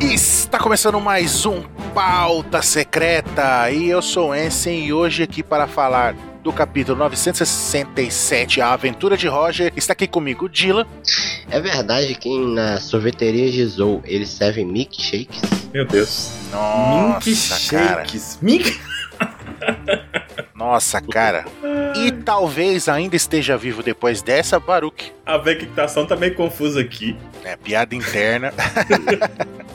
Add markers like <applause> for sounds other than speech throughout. Está começando mais um Pauta Secreta e eu sou Ensen e hoje aqui para falar do capítulo 967, A Aventura de Roger, está aqui comigo Dila. É verdade que na sorveteria de Zou eles servem milkshakes? Meu Deus. Nossa, cara. Milkshakes. Milk... Nossa, cara. E talvez ainda esteja vivo depois dessa, Baruch. A vectação tá meio confusa aqui. É, piada interna.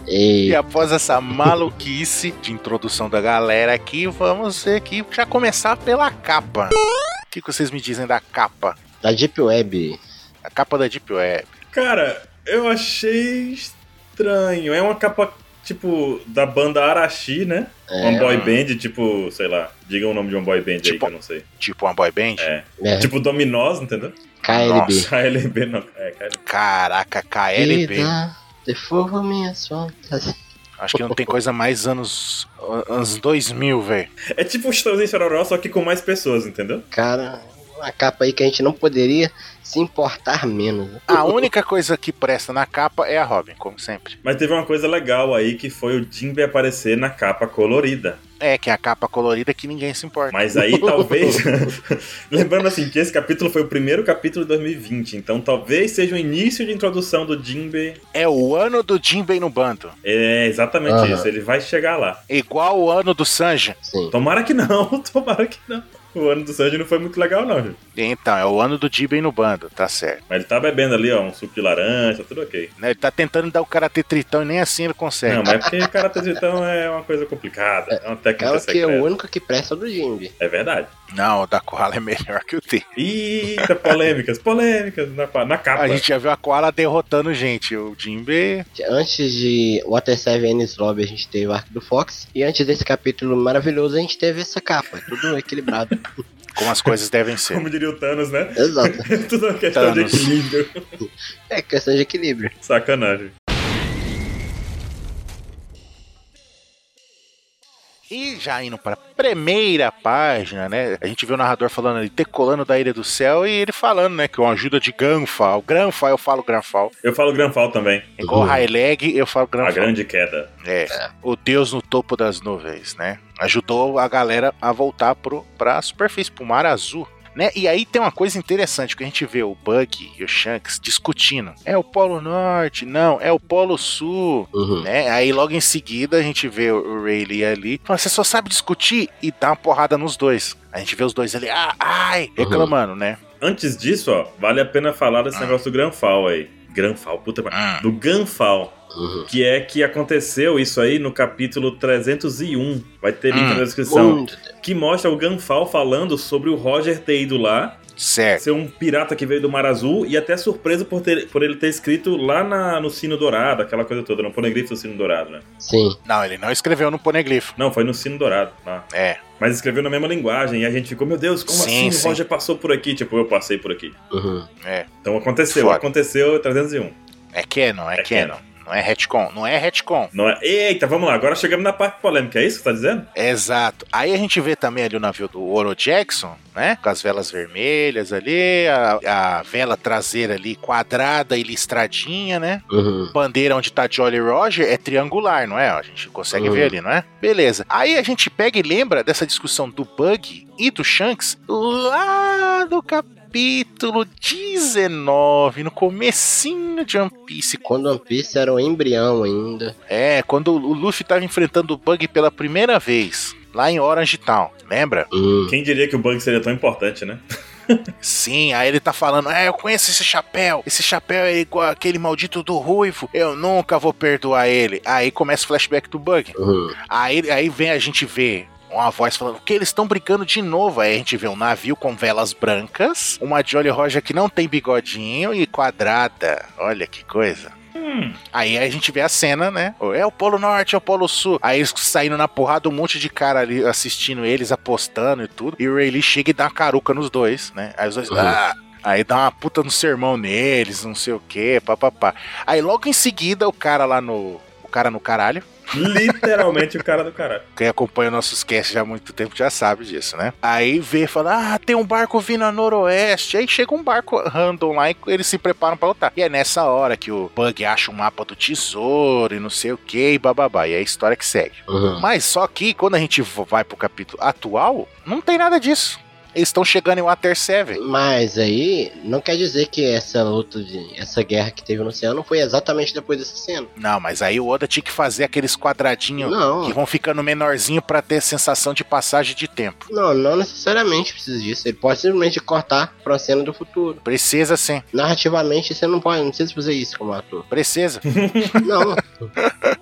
E E após essa maluquice de introdução da galera aqui, vamos ver aqui já começar pela capa. O que que vocês me dizem da capa? da Deep Web. A capa da Deep Web. Cara, eu achei estranho. É uma capa, tipo, da banda Arashi, né? É, uma boy band, tipo, sei lá. Diga o nome de uma boy band aí Tipo- que eu não sei. Tipo uma boy band? É. é, Tipo Dominós, entendeu? KLB. <laughs> KLB não. É, KLB. Caraca, KLB. Vida, devolva minhas fantasias. Acho que não tem coisa mais anos, anos 2000, velho. É tipo o Chitãozinho Chororó, só que com mais pessoas, entendeu? Cara, uma capa aí que a gente não poderia se importar menos. né? <laughs> A única coisa que presta na capa é a Robin, como sempre. Mas teve uma coisa legal aí que foi o Jimbe aparecer na capa colorida. É, que é a capa colorida que ninguém se importa. Mas aí talvez. <laughs> Lembrando assim, que esse capítulo foi o primeiro capítulo de 2020, então talvez seja o início de introdução do Jinbe. É o ano do Jinbei no bando. É exatamente Aham. isso, ele vai chegar lá. Igual o ano do Sanji. Sim. Tomara que não, <laughs> tomara que não. O ano do Sanji não foi muito legal, não, gente. Então, é o ano do Jinbei no bando, tá certo. Mas ele tá bebendo ali, ó, um suco de laranja, tudo ok. né? Ele tá tentando dar o karatê tritão e nem assim ele consegue. Não, mas é porque o cara então é uma coisa complicada, é uma técnica Cara, que é o secreta. único que presta é o do Jimbe. É verdade. Não, o da Koala é melhor que o dele. Eita, polêmicas, polêmicas na, pa- na capa. A gente já viu a Koala derrotando gente. O Jimbe. Antes de Water 7 Ennis Lobby, a gente teve o Arco do Fox. E antes desse capítulo maravilhoso, a gente teve essa capa. Tudo equilibrado. <laughs> Como as coisas devem <laughs> ser. Como diria o Thanos, né? Exato. tudo é uma questão de Thanos. equilíbrio. É questão de equilíbrio. Sacanagem. E já indo pra primeira página, né? A gente vê o narrador falando ali, decolando da Ilha do Céu e ele falando, né? Que uma ajuda de Granfal. Granfal, eu falo Granfal. Eu falo Granfal também. Igual Uhum. Highleg, eu falo A Granfal. grande queda. É, o Deus no topo das nuvens, né? Ajudou a galera a voltar pro, pra superfície, pro mar azul. Né? E aí tem uma coisa interessante que a gente vê o Bug e o Shanks discutindo. É o Polo Norte, não, é o Polo Sul. Uhum. Né? Aí logo em seguida a gente vê o Rayleigh ali. Fala, você só sabe discutir e dá uma porrada nos dois. A gente vê os dois ali, ah, ai, reclamando, né? Antes disso, ó, vale a pena falar desse negócio do Granfal aí. Granfal, puta merda. Ah, Do Ganfal, Uhum. que é que aconteceu isso aí no capítulo 301. Vai ter link Hum. na descrição. Muito tempo. Que mostra o Ganfal falando sobre o Roger ter ido lá, certo. ser um pirata que veio do Mar Azul e até surpreso por, ter, por ele ter escrito lá na- no Sino Dourado, aquela coisa toda, no Poneglyph do Sino Dourado, né? Sim. Não, ele não escreveu no Poneglifo. Não, foi no Sino Dourado, lá. É, Mas escreveu na mesma linguagem e a gente ficou, meu Deus, como Sim, assim sim. o Roger passou por aqui? Tipo, eu passei por aqui. Uhum. é. Então aconteceu, Foda. aconteceu 301. É Canon, é, É Canon. Não é retcon, não é retcon. Não é... Eita, vamos lá, agora chegamos na parte polêmica, é isso que você tá dizendo? Exato. Aí a gente vê também ali o navio do Oro Jackson, né? Com as velas vermelhas ali, a, a vela traseira ali quadrada e listradinha, né? Uhum. Bandeira onde tá Jolly Roger é triangular, não é? A gente consegue Uhum. ver ali, não é? Beleza. Aí a gente pega e lembra dessa discussão do Bug e do Shanks lá do capítulo 19, no comecinho de One Piece, Quando One Piece era um embrião ainda. é, quando o Luffy tava enfrentando o Bug pela primeira vez, lá em Orange Town, lembra? Uhum. Quem diria que o bug seria tão importante, né? Sim, aí ele tá falando, é, eu conheço esse chapéu, esse chapéu é igual aquele maldito do Ruivo, eu nunca vou perdoar ele. Aí começa o flashback do Bug. Uhum. Aí, aí vem a gente ver uma voz falando que eles estão brigando de novo. Aí a gente vê um navio com velas brancas, uma Jolly Roger que não tem bigodinho e quadrada. Olha que coisa. Hum. Aí a gente vê a cena, né? É o Polo Norte, é o Polo Sul. Aí eles saindo na porrada, um monte de cara ali assistindo eles, apostando e tudo. E o Rayleigh chega e dá uma caruca nos dois, né? Aí os dois. Uhum. "Ah!" Aí dá uma puta no sermão neles, não sei o quê, papapá. Aí logo em seguida o cara lá no. O cara no caralho. Literalmente o cara do caralho. Quem acompanha nossos casts já há muito tempo já sabe disso, né? Aí vê e fala: Ah, tem um barco vindo a noroeste. Aí chega um barco random lá e eles se preparam pra lutar. E é nessa hora que o Bug acha o mapa do tesouro e não sei o que, e bababá. E é a história que segue. Uhum. Mas só que quando a gente vai pro capítulo atual, não tem nada disso. Eles estão chegando em Water Seven. Mas aí, não quer dizer que essa luta, de- essa guerra que teve no oceano foi exatamente depois dessa cena. Não, mas aí o Oda tinha que fazer aqueles quadradinhos que Não, vão ficando menorzinho pra ter sensação de passagem de tempo. não, não necessariamente precisa disso. Ele pode simplesmente cortar pra uma cena do futuro. Precisa sim, Narrativamente, você não pode, não precisa fazer isso como ator. precisa. Não,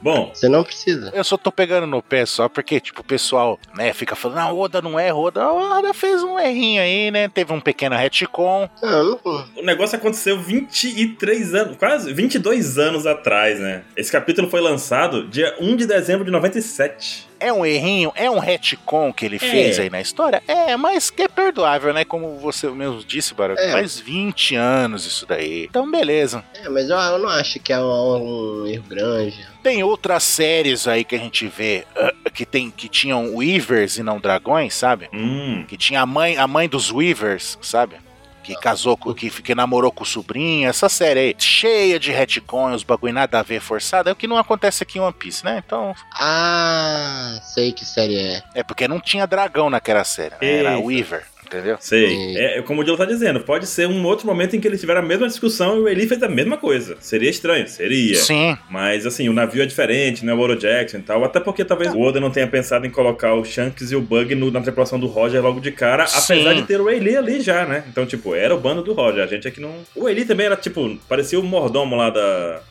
Bom, você não precisa. Eu só tô pegando no pé só porque, tipo, o pessoal, né, fica falando, ah, o Oda não erra, o Oda, ah, o Oda fez um errinho aí, né, teve um pequeno retcon. Não, não. o negócio aconteceu 23 anos, quase 22 anos atrás, né? Esse capítulo foi lançado dia 1 de dezembro de 97. É um errinho, é um retcon que ele fez aí na história? É, mas que é perdoável, né, como você mesmo disse, Barulho, É. faz 20 anos isso daí. Então, beleza. É, mas eu, eu não acho que é um, um erro grande. Tem outras séries aí que a gente vê ah, que, tem, que tinham Weavers e não dragões, sabe? Hum. que tinha a mãe, a mãe dos Weavers, sabe? Que casou com, que, que namorou com o sobrinho, essa série aí, cheia de retcon, os bagulho nada a ver, forçado, é o que não acontece aqui em One Piece, né? Então, Ah, sei que série é. <laughs> é porque não tinha dragão naquela série, né? era Eita. Weaver, entendeu? Sei. E- É, como o Dilo tá dizendo, pode ser um outro momento em que eles tiveram a mesma discussão e o Eli fez a mesma coisa. Seria estranho, seria. Sim, Mas assim, o navio é diferente, né? O Oro Jackson e tal. Até porque talvez o Oda não tenha pensado em colocar o Shanks e o Bug no- na tripulação do Roger logo de cara, Sim. apesar de ter o Eli ali já, né? Então, tipo, era o bando do Roger. A gente aqui não. O Eli também era, tipo, parecia o mordomo lá da.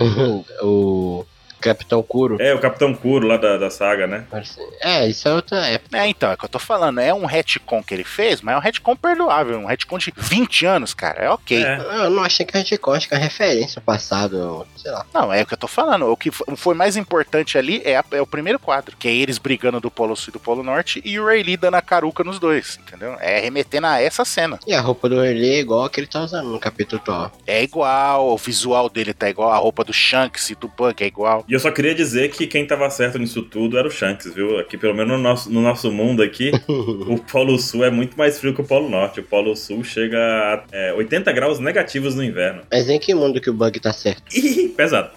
o Capitão Kuro. É, o Capitão Kuro lá da, da saga, né? Parece- É, isso é outra época. é, então, é o que eu tô falando, é um retcon que ele fez, mas é um retcon perdoável, um retcon de 20 anos, cara, é ok. É. Eu não achei que a gente acho que é uma referência ao passado, sei lá. Não, é o que eu tô falando, o que fo- foi mais importante ali é, a- é o primeiro quadro, que é eles brigando do Polo Sul e do Polo Norte e o Rayleigh dando a caruca nos dois, entendeu? É remetendo a essa cena. E a roupa do Erle é igual a que ele tá usando no capítulo atual. <laughs> é igual, o visual dele tá igual, a roupa do Shanks e do Bug é <laughs> igual. E eu só queria dizer que quem tava certo nisso tudo era o Shanks, viu? Aqui, pelo menos no nosso, no nosso mundo aqui, o Polo Sul é muito mais frio que o Polo Norte. O Polo Sul chega a é, 80 graus negativos no inverno. Mas em que mundo que o bug tá certo? <laughs> Ih, pesado.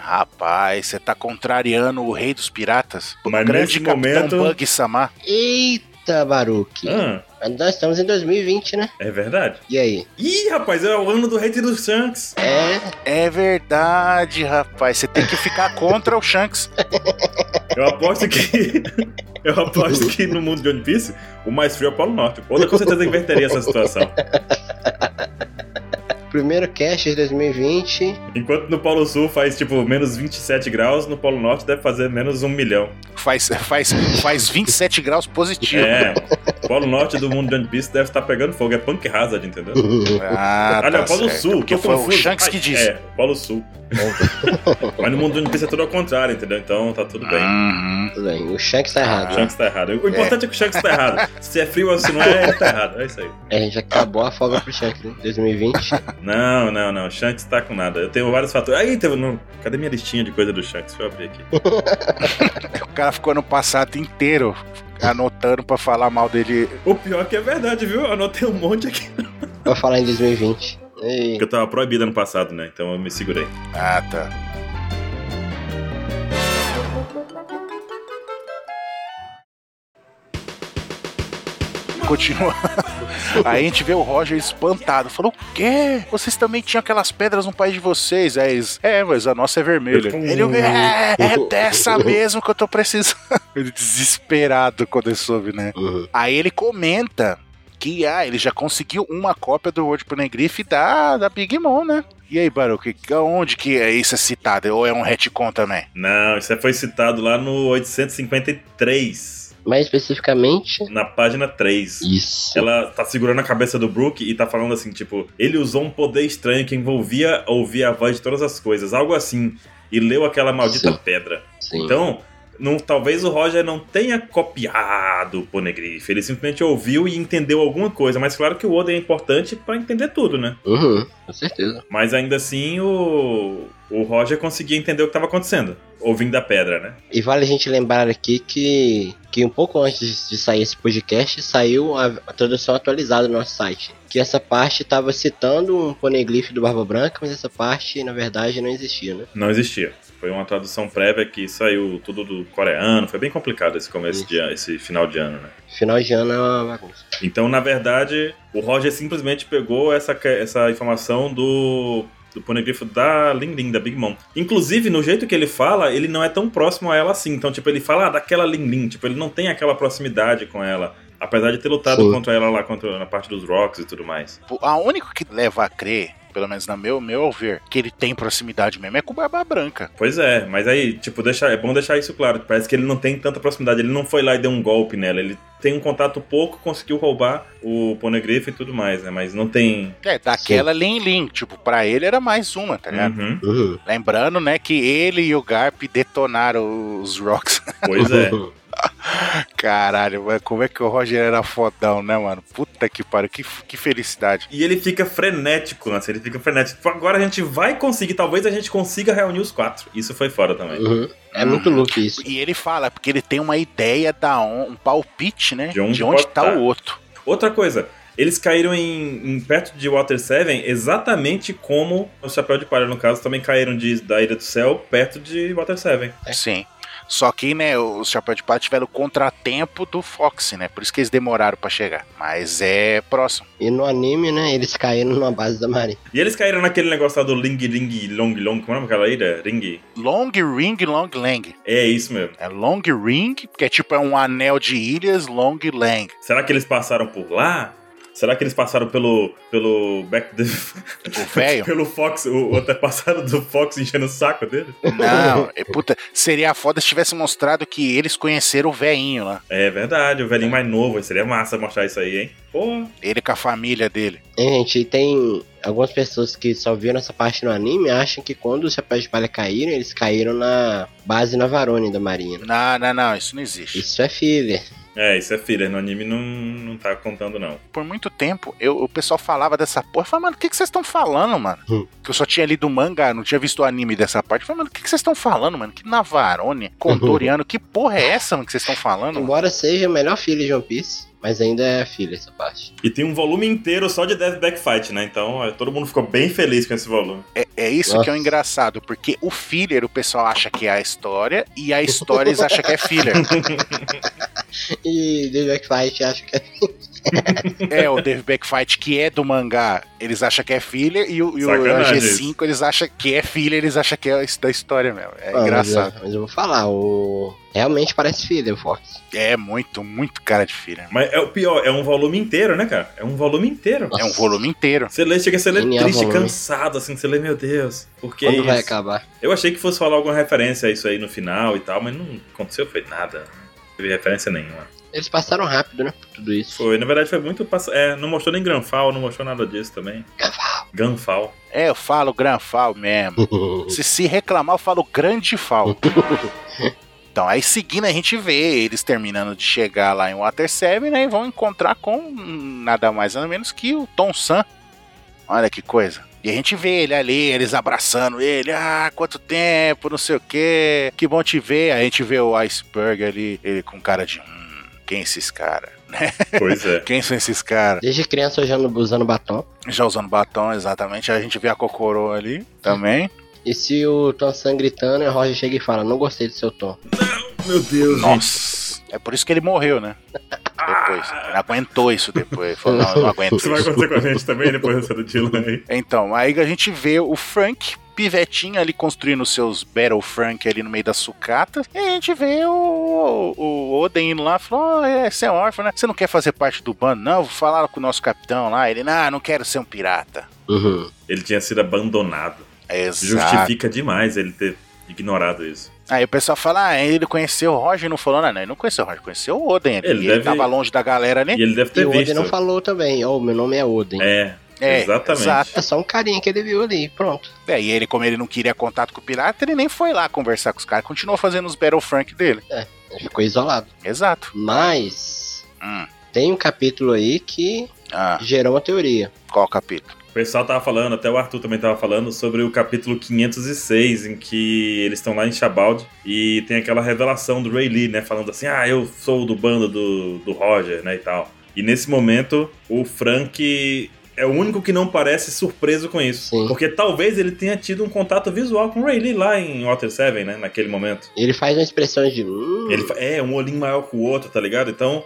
Rapaz, você tá contrariando o rei dos piratas. O Mas grande nesse capitão momento- Bug Samar. Eita, Baruque. Ah, Mas Nós estamos em 2020, né? é verdade. E aí? Ih, rapaz, é o ano do hate do Shanks. É, É verdade, rapaz. Você tem que ficar contra o Shanks. Eu aposto que. <laughs> Eu aposto que no mundo de One Piece, o mais frio é o Polo Norte. Oda com certeza inverteria essa situação. primeiro cast de 2020. Enquanto no Polo Sul faz tipo menos 27 graus, no Polo Norte deve fazer menos um milhão. Faz, faz, faz 27 graus positivo. É, o Polo Norte do mundo de One Piece deve estar pegando fogo. É Punk Hazard, entendeu? Ah, Olha, tá Polo certo. Sul, Porque tô foi o confuso. Shanks que Ai, disse. É, Polo Sul. Mas no mundo do One Piece é tudo ao contrário, entendeu? Então tá tudo bem. Uhum. <laughs> Tudo bem, o Shanks tá O errado. Shanks tá errado. O importante é, que o Shanks tá errado. Se é frio ou se não é, ele tá errado. É isso aí. É, A gente acabou a folga pro Shanks, né? 2020. Não, não, não. O Shanks tá com nada. Eu tenho vários fatores. Aí, teve. Não. Cadê minha listinha de coisa do Shanks? Deixa eu abrir aqui. O cara ficou ano passado inteiro anotando pra falar mal dele. <laughs> O pior é que é verdade, viu? Eu anotei um monte aqui. Vou falar em 2020. E... Porque eu tava proibido ano passado, né? Então eu me segurei. Ah, tá. Continua. <laughs> Aí a gente vê o Roger espantado. Falou: O quê? Vocês também tinham aquelas pedras no país de vocês? Aí eles, é, mas a nossa é vermelha. Hum. Ele, é, é dessa mesmo que eu tô precisando. <laughs> Ele desesperado quando ele soube, né? Uhum. Aí ele comenta que ah, ele já conseguiu uma cópia do World Poneglyph da, da Big Mom, né? E aí, Baruque, onde que é isso é citado? Ou é um retcon também? Não, isso foi citado lá no 853, Mais especificamente, na página 3. isso. Ela tá segurando a cabeça do Brook e tá falando assim, tipo, ele usou um poder estranho que envolvia ouvir a voz de todas as coisas, algo assim, e leu aquela maldita Sim. pedra. Sim. Então, não, talvez o Roger não tenha copiado o Ponegrife. Ele simplesmente ouviu e entendeu alguma coisa. Mas claro que o Oden é importante pra entender tudo, né? Uhum, com certeza. Mas ainda assim, o, o Roger conseguia entender o que estava acontecendo, ouvindo da pedra, né? E vale a gente lembrar aqui que, que um pouco antes de sair esse podcast, saiu a, a tradução atualizada no nosso site. Que essa parte estava citando um poneglyph do Barba Branca, mas essa parte, na verdade, não existia, né? Não existia. Foi uma tradução prévia que saiu tudo do coreano. Foi bem complicado esse começo de ano, esse final de ano, né? Final de ano é uma bagunça. Então, na verdade, o Roger simplesmente pegou essa, que- essa informação do, do ponegrifo da Linlin, da Big Mom. Inclusive, no jeito que ele fala, ele não é tão próximo a ela assim. Então, tipo, ele fala ah, daquela Linlin, tipo, ele não tem aquela proximidade com ela. Apesar de ter lutado Sim. contra ela lá contra, na parte dos rocks e tudo mais. Tipo, A única que leva a crer, pelo menos na meu, meu ao ver, que ele tem proximidade mesmo é com o Barba Branca. Pois é, mas aí, tipo, deixar, é bom deixar isso claro. que Parece que ele não tem tanta proximidade. Ele não foi lá e deu um golpe nela. Ele tem um contato pouco, conseguiu roubar o ponegrifo e tudo mais, né? Mas não tem. É, daquela Lin Lin. Tipo, pra ele era mais uma, tá ligado? Uhum. Uhum. Lembrando, né, que ele e o Garp detonaram os Rocks. <laughs> <laughs> Pois é. Uhum. Caralho, mano, como é que o Roger era fodão, né, mano? Puta que pariu, que, que felicidade. E ele fica frenético, né? Ele fica frenético. Tipo, agora a gente vai conseguir, talvez a gente consiga reunir os quatro. Isso foi fora também. Uhum. É muito louco isso. E ele fala, porque ele tem uma ideia da on- um palpite, né? De onde pode tá tá. o outro. Outra coisa, eles caíram em, em perto de Water Seven exatamente como o Chapéu de Palha, no caso, também caíram de, da Ilha do Céu perto de Water Seven. É. Sim. Só que, né, os Chapéu de Palha tiveram o contratempo do Fox, né? Por isso que eles demoraram pra chegar. Mas é próximo. E no anime, né, eles caíram numa base da marinha. E eles caíram naquele negócio lá do Ling Ling Long Long, como é o nome daquela ilha? Ring? Long Ring, Long Lang. É isso mesmo. É Long Ring, porque é tipo é um anel de ilhas, Long Lang. Será que eles passaram por lá? Será que eles passaram pelo. pelo. Back O velho? <laughs> pelo Fox, o, o antepassado do Fox enchendo o saco dele? Não, é, puta, seria foda se tivesse mostrado que eles conheceram o veinho lá. É verdade, o velhinho mais novo, seria massa mostrar isso aí, hein? Pô, Ele com a família dele. É, gente, e tem algumas pessoas que só viram essa parte no anime acham que quando os chapéus de palha caíram, eles caíram na base Navarone da marinha. né? Não, não, não, isso não existe. Isso é filler. é, isso é filler, no anime não, não tá contando não. Por muito tempo, eu, o pessoal falava dessa porra. Eu falava, mano, o que, que vocês estão falando, mano? Hum. Que eu só tinha lido o mangá, não tinha visto o anime dessa parte. Eu falei, mano, o que, que vocês estão falando, mano? Que Navarone, Condoriano, que porra é essa, mano, que vocês estão falando? mano? Embora seja o melhor filler de One Piece, mas ainda é filler essa parte. <laughs> E tem um volume inteiro só de Death Back Fight, né? Então é, todo mundo ficou bem feliz com esse volume. É, é isso que é o Nossa. engraçado, porque o filler o pessoal acha que é a história e a história eles acham que é <laughs> filler. E The Black Fight acho que é É, o Dave Backfight, que é do mangá, eles acham que é filler, e o, e o Sacanagem G5 eles acham que é filler, eles acham que é isso da história mesmo. É Ah, engraçado. Mas eu, mas eu vou falar, o... realmente parece filler o Fox. É muito, muito cara de filler. Mas é o pior, é um volume inteiro, né, cara? É um volume inteiro. É um volume inteiro. Você lê, chega a ser Genial triste, volume. cansado, assim, você lê, meu Deus, por que Quando isso? vai acabar? Eu achei que fosse falar alguma referência a isso aí no final e tal, mas não aconteceu, foi nada. Não teve referência nenhuma. Eles passaram rápido, né? Por tudo isso. Foi, na verdade foi muito. pass- É, não mostrou nem Granfal, não mostrou nada disso também. Granfal. É, eu falo Granfal mesmo. Se se reclamar, eu falo grande fal. Então, aí seguindo, a gente vê eles terminando de chegar lá em Water Seven, né? E vão encontrar com hum, nada mais nada menos que o Tom San. Olha que coisa. E a gente vê ele ali, eles abraçando ele. Ah, quanto tempo, não sei o quê. Que bom te ver. Aí a gente vê o Iceberg ali, ele com cara de. Hum, quem é esses caras? Pois é. Quem são esses caras? <laughs> Desde criança eu já ando usando batom. Já usando batom, exatamente. Aí a gente vê a Kokoro ali também. E se o Tom San gritando, o Roger chega e fala, não gostei do seu tom. Meu Deus, Nossa! É por isso que ele morreu, né? Depois. Ele aguentou isso depois. Ele Falou, não, eu não <laughs> aguento Isso vai isso. acontecer com a gente também depois dessa do Dylan aí. Então, aí a gente vê o Frank, pivetinho ali construindo os seus Battle Frank ali no meio da sucata. E a gente vê o, o Oden indo lá, falou: "Ó, é, você é órfão, né? Você não quer fazer parte do bando, não? Vou falar com o nosso capitão lá. Ele, não, não quero ser um pirata. Uhum. Ele tinha sido abandonado. Exato. Justifica demais ele ter ignorado isso. Aí o pessoal fala: ah, ele conheceu o Roger, não falou, não, não, ele não conheceu o Roger, conheceu o Oden ali. Ele Ele, deve- tava longe da galera ali. E ele deve E ter o Oden visto. não falou também. Ó, o meu "Oh, nome é Oden. É. É, Exatamente. exato. É só um carinha que ele viu ali, pronto. É, e ele, como ele não queria contato com o pirata, ele nem foi lá conversar com os caras, continuou fazendo os Battle Frank dele. Ele ficou isolado. Exato. Mas Hum. tem um capítulo aí que Ah, gerou uma teoria. qual o capítulo? O pessoal tava falando, até o Arthur também tava falando, sobre o capítulo 506, em que eles estão lá em Chabald e tem aquela revelação do Ray Lee, né? Falando assim, ah, eu sou do bando do, do Roger, né? E tal. E nesse momento, o Frank é o único que não parece surpreso com isso. Sim. Porque talvez ele tenha tido um contato visual com o Ray Lee lá em Water 7, né? Naquele momento. Ele faz uma expressão de. "Hum", Ele fa- é um olhinho maior que o outro, tá ligado? Então.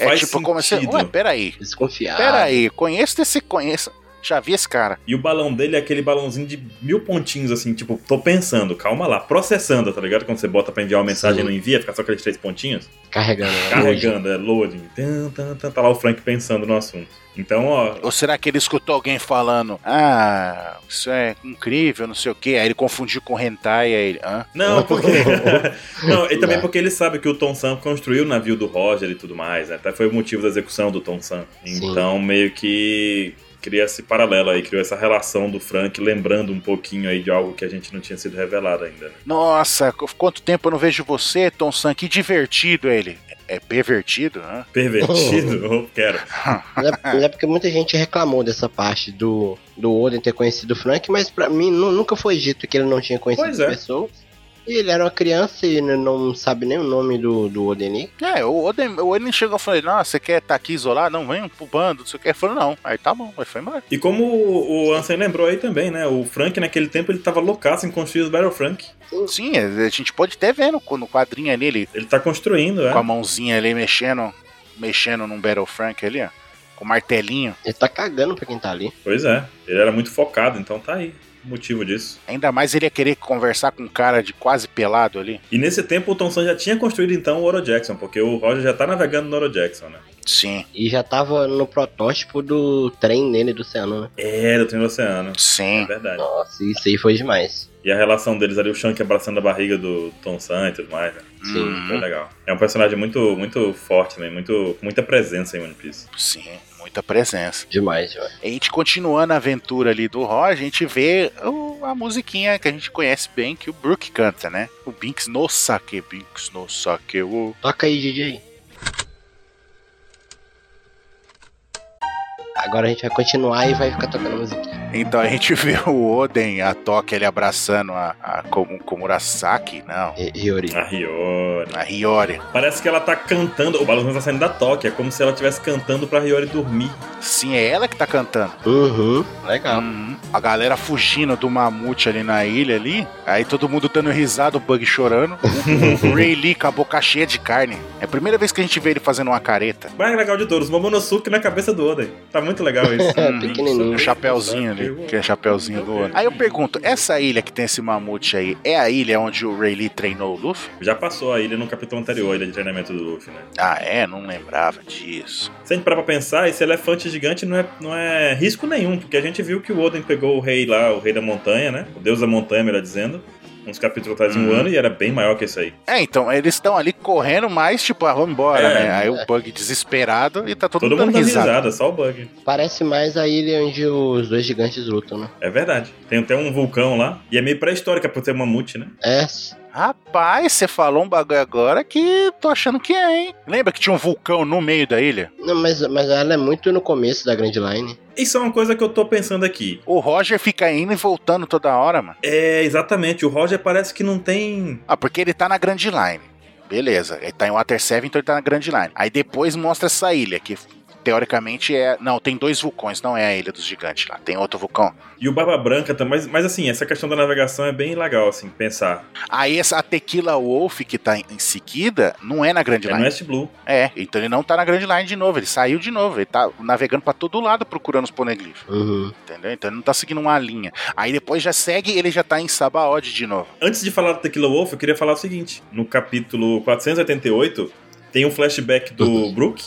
É faz tipo, como assim? sentido. Ué, peraí. desconfiado. Peraí, conheço esse, conheço. Já vi esse cara. E o balão dele é aquele balãozinho de mil pontinhos, assim, tipo, tô pensando, calma lá, processando, tá ligado? Quando você bota pra enviar uma mensagem e não envia, fica só aqueles três pontinhos. Carregando. né? Carregando, é loading. Tan, tan, tan, tá lá o Frank pensando no assunto. Então, ó, Ou será que ele escutou alguém falando? Ah, isso é incrível, não sei o quê. Aí ele confundiu com o Hentai, aí ele. Hã? Não, porque. não, e também porque ele sabe que o Tom Sam construiu o navio do Roger e tudo mais, né? Até foi o motivo da execução do Tom Sam. Sim. Então, meio que cria esse paralelo aí, criou essa relação do Frank, lembrando um pouquinho aí de algo que a gente não tinha sido revelado ainda, né? Nossa, qu- quanto tempo eu não vejo você, Tom San, que divertido ele. É pervertido, hã? Pervertido, eu quero. Mas é- mas é porque muita gente reclamou dessa parte do, do Oden ter conhecido o Frank, mas pra mim nu- nunca foi dito que ele não tinha conhecido Pois a é. pessoa. E ele era uma criança e n- não sabe nem o nome do, do Oden ali. É, o Oden, o Oden chegou e falou: Nossa, você quer estar aqui isolado? Não, vem pro bando, não sei o que. Ele falou: Não, aí tá bom, aí foi embora. E como o o Ansem lembrou aí também, né? O Frank, naquele tempo, ele tava loucaço em construir os Battle Frank. Sim, é, a gente pode até ver no, no quadrinho ali, ele Ele tá construindo, com a é. mãozinha ali mexendo, mexendo num Battle Frank ali, ó. Com martelinho. Ele tá cagando pra quem tá ali. Pois é. Ele era muito focado, então tá aí o motivo disso. Ainda mais ele ia querer conversar com um cara de quase pelado ali. E nesse tempo o Tom Sam já tinha construído então o Oro Jackson, porque o Roger já tá navegando no Oro Jackson, né? Sim, E já tava no protótipo do trem dele do Oceano, né? É, do trem do oceano. É sim. verdade. Nossa, isso aí foi demais. E a relação deles ali, o Shank abraçando a barriga do Tom Sam e tudo mais, né? Sim, Uhum, Foi legal. É um personagem muito, muito forte, né? Muito, com muita presença em One Piece. sim, muita presença. Demais, demais. A gente continuando a aventura ali do Roger, a gente vê o- a musiquinha que a gente conhece bem, que o Brook canta, né? O Binks no saque, Binks no saque, o... Toca aí, DJ. Agora a gente vai continuar e vai ficar tocando musiquinha. Então a gente <laughs> vê o Oden, a Toque, ele abraçando a, a Komu- Komurasaki, não, E- Yuri. A Hiyori. a Hiyori. Parece que ela tá cantando, o balãozinho tá saindo da toque, é como se ela estivesse cantando pra Hiyori dormir. Sim, é ela que tá cantando. Uhum. Legal. Uhum. A galera fugindo do mamute ali na ilha ali. Aí todo mundo dando risada, o Bug chorando. o Ray Lee com a boca cheia de carne. É a primeira vez que a gente vê ele fazendo uma careta. Mais legal de todos, Momonosuke na cabeça do Oden. Tá <laughs> muito legal isso. É, Uhum. pequenininho. Um chapéuzinho ali, que é chapéuzinho do ano. Aí eu pergunto, essa ilha que tem esse mamute aí, é a ilha onde o Ray Lee treinou o Luffy? Já passou a ilha no capítulo anterior, a ilha de treinamento do Luffy, né? Ah, é? Não lembrava disso. Se a gente parar pra pensar, esse elefante gigante não é, não é risco nenhum, porque a gente viu que o Oden pegou o rei lá, o rei da montanha, né? O deus da montanha, melhor dizendo, uns capítulos atrás de um Uhum. ano, e era bem maior que isso aí. É, então, eles estão ali correndo, mas tipo, ah, vamos embora, É. né? Aí o Bug desesperado e tá todo, Todo, mundo mundo dando dá risada. risada. só o bug. Parece mais a ilha onde os dois gigantes lutam, né? É verdade. Tem até um vulcão lá, e é meio pré-histórica por ser um mamute, né? É, Rapaz, você falou um bagulho agora que tô achando que é, hein? Lembra que tinha um vulcão no meio da ilha? não, mas, mas ela é muito no começo da Grand Line. Isso é uma coisa que eu tô pensando aqui. O Roger fica indo e voltando toda hora, mano. É, exatamente. O Roger parece que não tem. Ah, porque ele tá na Grand Line. Beleza, ele tá em Water 7, então ele tá na Grand Line. Aí depois mostra essa ilha, que teoricamente é. Não, tem dois vulcões, não é a Ilha dos Gigantes lá. Tem outro vulcão. E o Barba Branca também. Mas, mas assim, essa questão da navegação é bem legal, assim, pensar. Aí essa a Tequila Wolf que tá em, em seguida não é na Grand É no Line. West Blue. É, então ele não tá na Grand Line de novo, ele saiu de novo, ele tá navegando pra todo lado procurando os poneglyphs. Uhum. Entendeu? Então ele não tá seguindo uma linha. Aí depois já segue, ele já tá em Sabaody de novo. Antes de falar do Tequila Wolf, eu queria falar o seguinte: no capítulo 488, tem um flashback do Brook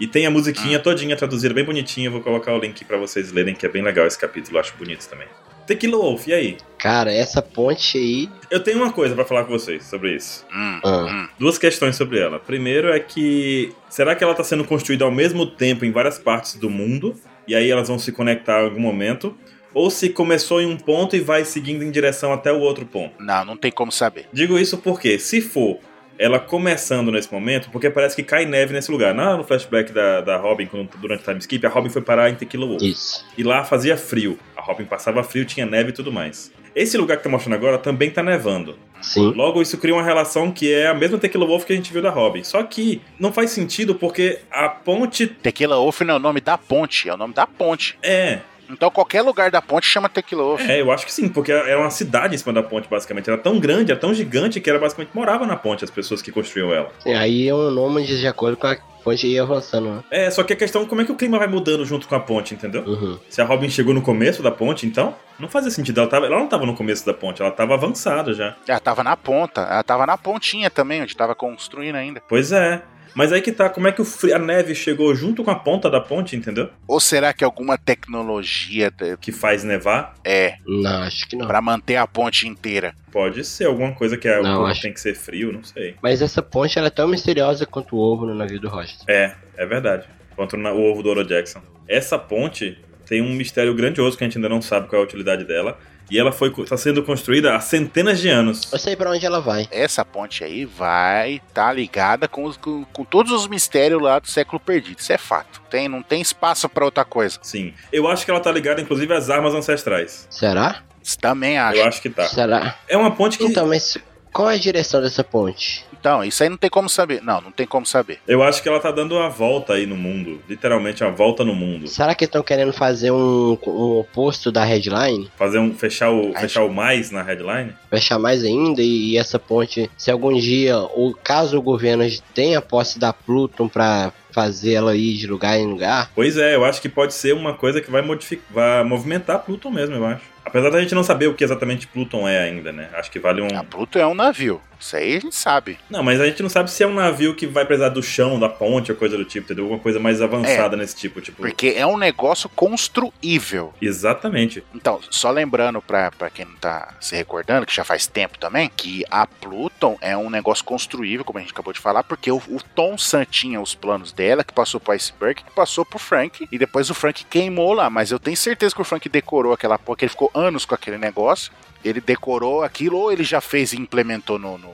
e tem a musiquinha todinha traduzida, bem bonitinha. Eu vou colocar o link pra vocês lerem, que é bem legal esse capítulo, eu acho bonito também. Tequila Wolf, e aí? Cara, essa ponte aí. Eu tenho uma coisa pra falar com vocês sobre isso. Hum, Ah. hum. Duas questões sobre tá ela. Primeiro é que será que ela está sendo construída ao mesmo tempo em várias partes do mundo? e aí elas vão se conectar em algum momento, ou se começou em um ponto e vai seguindo em direção até o outro ponto. Não, não tem como saber. Digo isso porque, se for ela começando nesse momento, porque parece que cai neve nesse lugar. Na, no flashback da, da Robin, quando, durante o time skip, a Robin foi parar em Tequila Wolf. Isso. E lá fazia frio. A Robin passava frio, tinha neve e tudo mais. Esse lugar que tá mostrando agora também tá nevando. Sim. Logo, isso cria uma relação que é a mesma Tequila Wolf que a gente viu da Robin. Só que não faz sentido porque a ponte Tequila Wolf não é o nome da ponte, é o nome da ponte. é. Então qualquer lugar da ponte chama Tequila Wolf. É, eu acho que sim, porque era uma cidade em cima da ponte, basicamente. Era tão grande, era tão gigante que era basicamente morava na ponte as pessoas que construíam ela. E aí é um nômade de acordo com a fonte ir avançando, né? É, só que a questão é como é que o clima vai mudando junto com a ponte, entendeu? Uhum. Se a Robin chegou no começo da ponte, então, não fazia sentido. Ela, tava- ela não tava no começo da ponte, ela tava avançada já. Ela tava na ponta, ela tava na pontinha também, onde tava construindo ainda. Pois é. Mas aí que tá, como é que o fri- a neve chegou junto com a ponta da ponte, entendeu? Ou será que alguma tecnologia de- Que faz nevar? é Não, acho que não. pra manter a ponte inteira? Pode ser alguma coisa que é, Não, que acho- tem que ser frio, não sei. Mas essa ponte ela é tão misteriosa quanto o ovo no navio do Roger. É, é verdade. Quanto na- o ovo do Oro Jackson. Essa ponte tem um mistério grandioso que a gente ainda não sabe qual é a utilidade dela. E ela foi, co- tá sendo construída há centenas de anos. Eu sei pra onde ela vai. Essa ponte aí vai tá ligada com, os- com, com todos os mistérios lá do século perdido. Isso é fato. Tem, não tem espaço pra outra coisa. Sim. Eu acho que ela tá ligada, inclusive, às armas ancestrais. Será? Isso também acho. Eu acho que tá. Será? É uma ponte que. Então, mas qual é a direção dessa ponte? Então, isso aí não tem como saber. Não, não tem como saber. Eu acho que ela tá dando uma volta aí no mundo. Literalmente, uma volta no mundo. Será que estão querendo fazer um, um oposto da headline? Fazer um. Fechar o, Acho- fechar o mais na headline? Fechar mais ainda e, e essa ponte, se algum dia, ou caso o governo tenha posse da Pluton pra fazer ela ir de lugar em lugar, Pois é, eu acho que pode ser uma coisa que vai modificar, vai movimentar Pluton mesmo, eu acho. Apesar da gente não saber o que exatamente Pluton é ainda, né? Acho que vale um. A Pluto é um navio. Isso aí a gente sabe. Não, mas a gente não sabe se é um navio que vai precisar do chão, da ponte ou coisa do tipo, entendeu? Alguma coisa mais avançada nesse tipo, tipo. Porque é um negócio construível. Exatamente. Então, só lembrando pra, pra quem não tá se recordando, que já faz tempo também, que a Pluton é um negócio construível, como a gente acabou de falar, porque o, o Tom San tinha os planos dela, que passou pro Iceberg, que passou pro Frank, e depois o Frank queimou lá, mas eu tenho certeza que o Frank decorou aquela porra, que ele ficou anos com aquele negócio, ele decorou aquilo, ou ele já fez e implementou no... no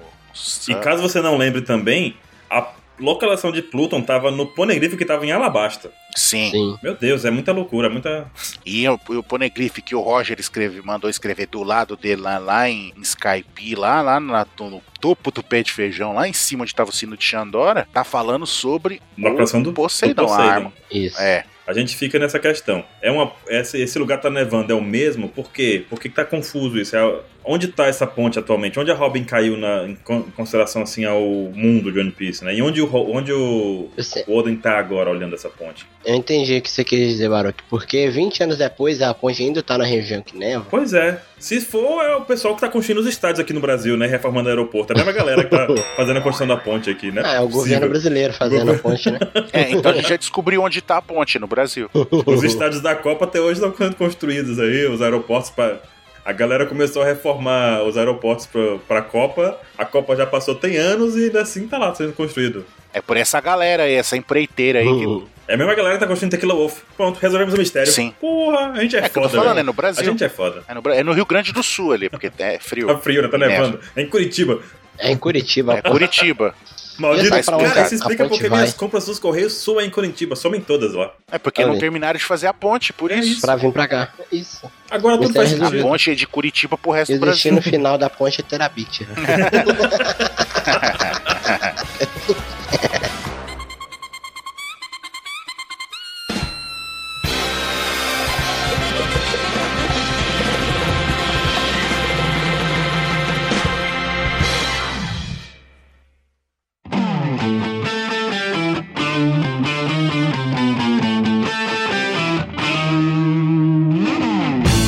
E caso você não lembre também, a localização de Pluton tava no Poneglyph que tava em Alabasta. Sim. sim. Meu Deus, é muita loucura, é muita. E o, e o Poneglyph que o Roger escreve, mandou escrever do lado dele lá, lá em, em Skype, lá, lá na- no, topo do pé de feijão, lá em cima onde tava o sino de Xandora, tá falando sobre Na operação do. Poseidon, do a arma. Isso. É, A gente fica nessa questão. É uma, esse, esse lugar tá nevando é o mesmo? Por quê? Por que que tá confuso isso? É- onde tá essa ponte atualmente? Onde a Robin caiu na, em con- consideração assim ao mundo de One Piece, né? E onde o, Ro- onde o, Eu, sei- o Oden tá agora olhando essa ponte? eu entendi o que você quis dizer, Baroque. Porque 20 anos depois a ponte ainda tá na região que neva. Pois é. Se for, é o pessoal que tá construindo os estádios aqui no Brasil, né? Reformando o aeroporto. É a mesma galera <laughs> que tá fazendo a construção da ponte aqui, né? Ah, é o governo Possível. brasileiro fazendo a ponte, né? É, então a gente já descobriu onde tá a ponte no Brasil. Os estádios da Copa até hoje estão sendo construídos aí, os aeroportos para A galera começou a reformar os aeroportos pra, pra Copa. A Copa já passou tem anos e ainda assim tá lá sendo construído. É por essa galera aí, essa empreiteira aí. que- É a mesma galera que tá construindo Tequila Wolf. Pronto, resolvemos o mistério. Sim. Porra, a gente é, É, que eu foda, tô falando, é velho. no A Brasil. gente é foda. É no, Bra- é no Rio Grande do Sul ali, porque é Tá frio. frio, tá Neve. nevando. É em Curitiba. É em Curitiba. É Curitiba. Maldito. Vai pra onde Cara, isso a explica ponte porque vai? minhas compras dos Correios somem em Curitiba. Somem todas lá. É porque Olha não aí. terminaram de fazer a ponte, por É isso. isso. Pra vir pra cá. Isso. Agora tudo Isso faz é A sentido. ponte é de Curitiba pro resto do Existir Brasil. no final da ponte é Terabit.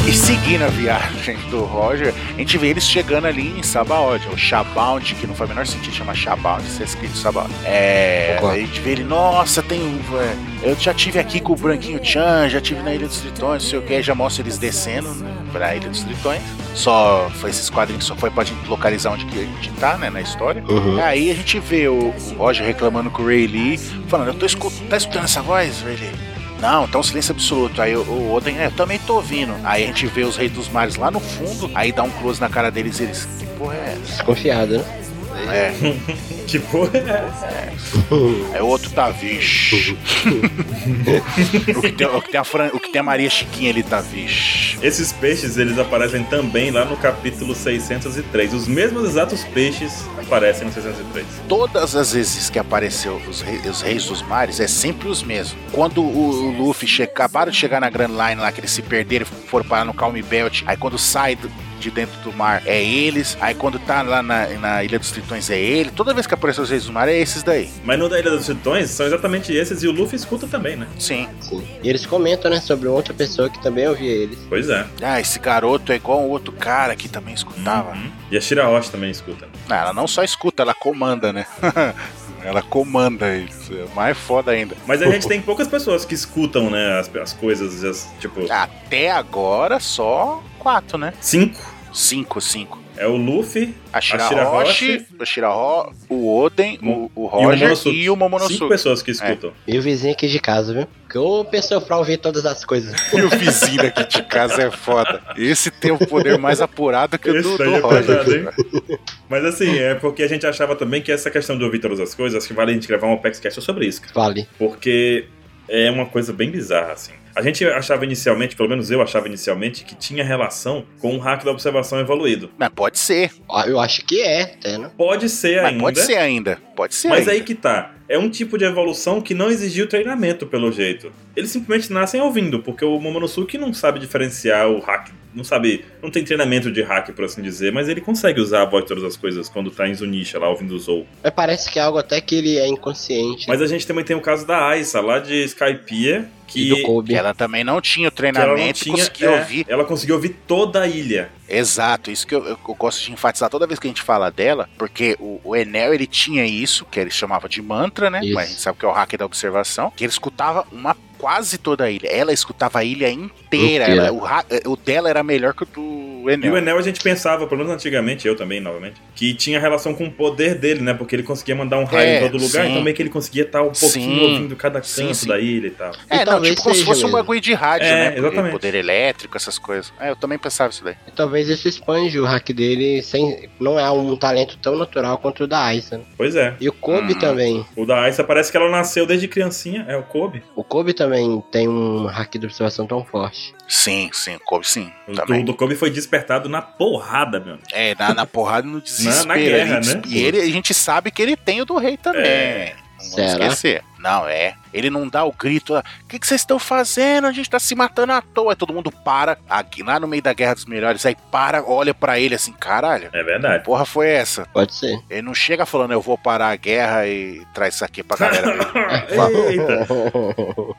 E seguindo a viagem do Roger, a gente vê eles chegando ali em Sabaody, ou Shabound, que não faz o menor sentido chamar Shabound, isso é escrito Sabaody. É, Concordo. a gente vê ele, nossa, tem um. é, eu já tive aqui com o Branquinho Chan, já tive na Ilha dos Tritões, não sei o que, já mostra eles descendo pra Ilha dos Tritões. Só foi esses quadrinhos, só foi pra gente localizar onde que a gente tá, né, na história. Aí a gente vê o o Roger reclamando com o Ray Lee, falando, eu tô escu- tá escutando essa voz, Ray Lee? não, tá um silêncio absoluto. Aí o, o Oden, é, eu também tô ouvindo. Aí a gente vê os Reis dos Mares lá no fundo, aí dá um close na cara deles e eles, que porra é essa? Desconfiado, né? É, Tipo, aí o outro tá, vixe. <laughs> o, que tem, o que tem a Fran- o que tem a Maria Chiquinha ali tá, vixe. esses peixes eles aparecem também lá no capítulo 603. Os mesmos exatos peixes aparecem no 603. Todas as vezes que apareceu os, rei- os Reis dos Mares, é sempre os mesmos. Quando o, o Luffy che- acabaram de chegar na Grand Line lá, que eles se perderam, foram parar no Calm Belt, aí quando sai do- de dentro do mar é eles, aí quando tá lá na, na Ilha dos Tritões é ele, toda vez que apareceu os Reis dos Mares é esses daí. Mas no da Ilha dos Tritões são exatamente esses e o Luffy escuta também, né? Sim. Sim. E eles comentam, né, sobre outra pessoa que também ouvia eles. Pois é. Ah, esse garoto é igual um outro cara que também escutava. Uhum. E a Shirahoshi também escuta. Não, ela não só escuta, ela comanda, né? <laughs> ela comanda isso. É mais foda ainda. Mas a gente tem poucas pessoas que escutam, né, as, as coisas, as- tipo, Ah. Até agora, só quatro, né? cinco. Cinco, cinco. É o Luffy, A Shirahoshi, Shirahoshi. o Shiraho, o Oden, o, o Hum. e o Roger Momonosuke. e o cinco Momonosuke. É. pessoas que escutam. E o vizinho aqui de casa, viu? Porque o pessoal pra ouvir todas as coisas. E o vizinho aqui de casa é foda. Esse tem o poder mais apurado que o do, Esse daí do é Roger. pesado, hein? Mas assim, é porque a gente achava também que essa questão de ouvir todas as coisas, acho que vale a gente gravar um Apex Cast sobre isso, cara. Vale. Porque é uma coisa bem bizarra, assim. A gente achava inicialmente, pelo menos eu achava inicialmente, que tinha relação com o hack da observação evoluído. Mas pode ser. Ah, Eu acho que é, até, né? Pode ser Mas ainda. pode ser ainda. Pode ser Mas ainda. aí que tá. É um tipo de evolução que não exigiu treinamento, pelo jeito. Eles simplesmente nascem ouvindo, porque o Momonosuke não sabe diferenciar o hack. Não sabe. Não tem treinamento de hack, por assim dizer, mas ele consegue usar a voz de todas as coisas quando tá em Zunisha lá ouvindo o Zou. Mas parece que é algo até que ele é inconsciente. Mas a gente também tem o caso da Aissa, lá de Skypiea, E que. do Que Kobe. ela também não tinha o que ela não treinamento, tinha, conseguia é, ouvir. Ela conseguiu ouvir toda a ilha. Exato, isso que eu, eu- eu gosto de enfatizar toda vez que a gente fala dela, porque o, o Enel ele tinha isso, que ele chamava de mantra, né? Isso. Mas a gente sabe que é o hack da observação, que ele escutava uma quase toda a ilha. Ela escutava a ilha inteira. Inteira. ela- o, ra- eh, o dela era melhor que o do E o Enel. Enel a gente pensava, pelo menos antigamente, eu também, novamente, que tinha relação com o poder dele, né? Porque ele conseguia mandar um raio É, em todo lugar, sim. então meio que ele conseguia estar um pouquinho Sim. ouvindo cada canto Sim, sim. da ilha e tal. É, não, Talvez tipo como se seja fosse um mesmo. bagulho de rádio, É, né? Porque exatamente. Poder elétrico, essas coisas. É, eu também pensava isso daí. E talvez isso expande o hack dele sem. Não é um talento tão natural quanto o da Aizen. Pois é. E o Kobe Hum. também. O da Aissa parece que ela nasceu desde criancinha, é o Kobe. O Kobe também tem um hack de observação tão forte. Sim, sim, Kobe, sim. O também. do, do Kobe foi despertado na porrada, meu. amigo. É, na, na porrada e no desespero. guerra, ali. né? E ele, a gente sabe que ele tem o do rei também. É. Não vamos Será? esquecer. Não, é. Ele não dá o grito, ah, o que que vocês estão fazendo? A gente tá se matando à toa. Aí todo mundo para, aqui, lá no meio da Guerra dos Melhores, aí para, olha pra ele assim, caralho, É que verdade. porra foi essa? Pode ser. Ele não chega falando, eu vou parar a guerra e traz isso aqui pra galera. <laughs> Eita!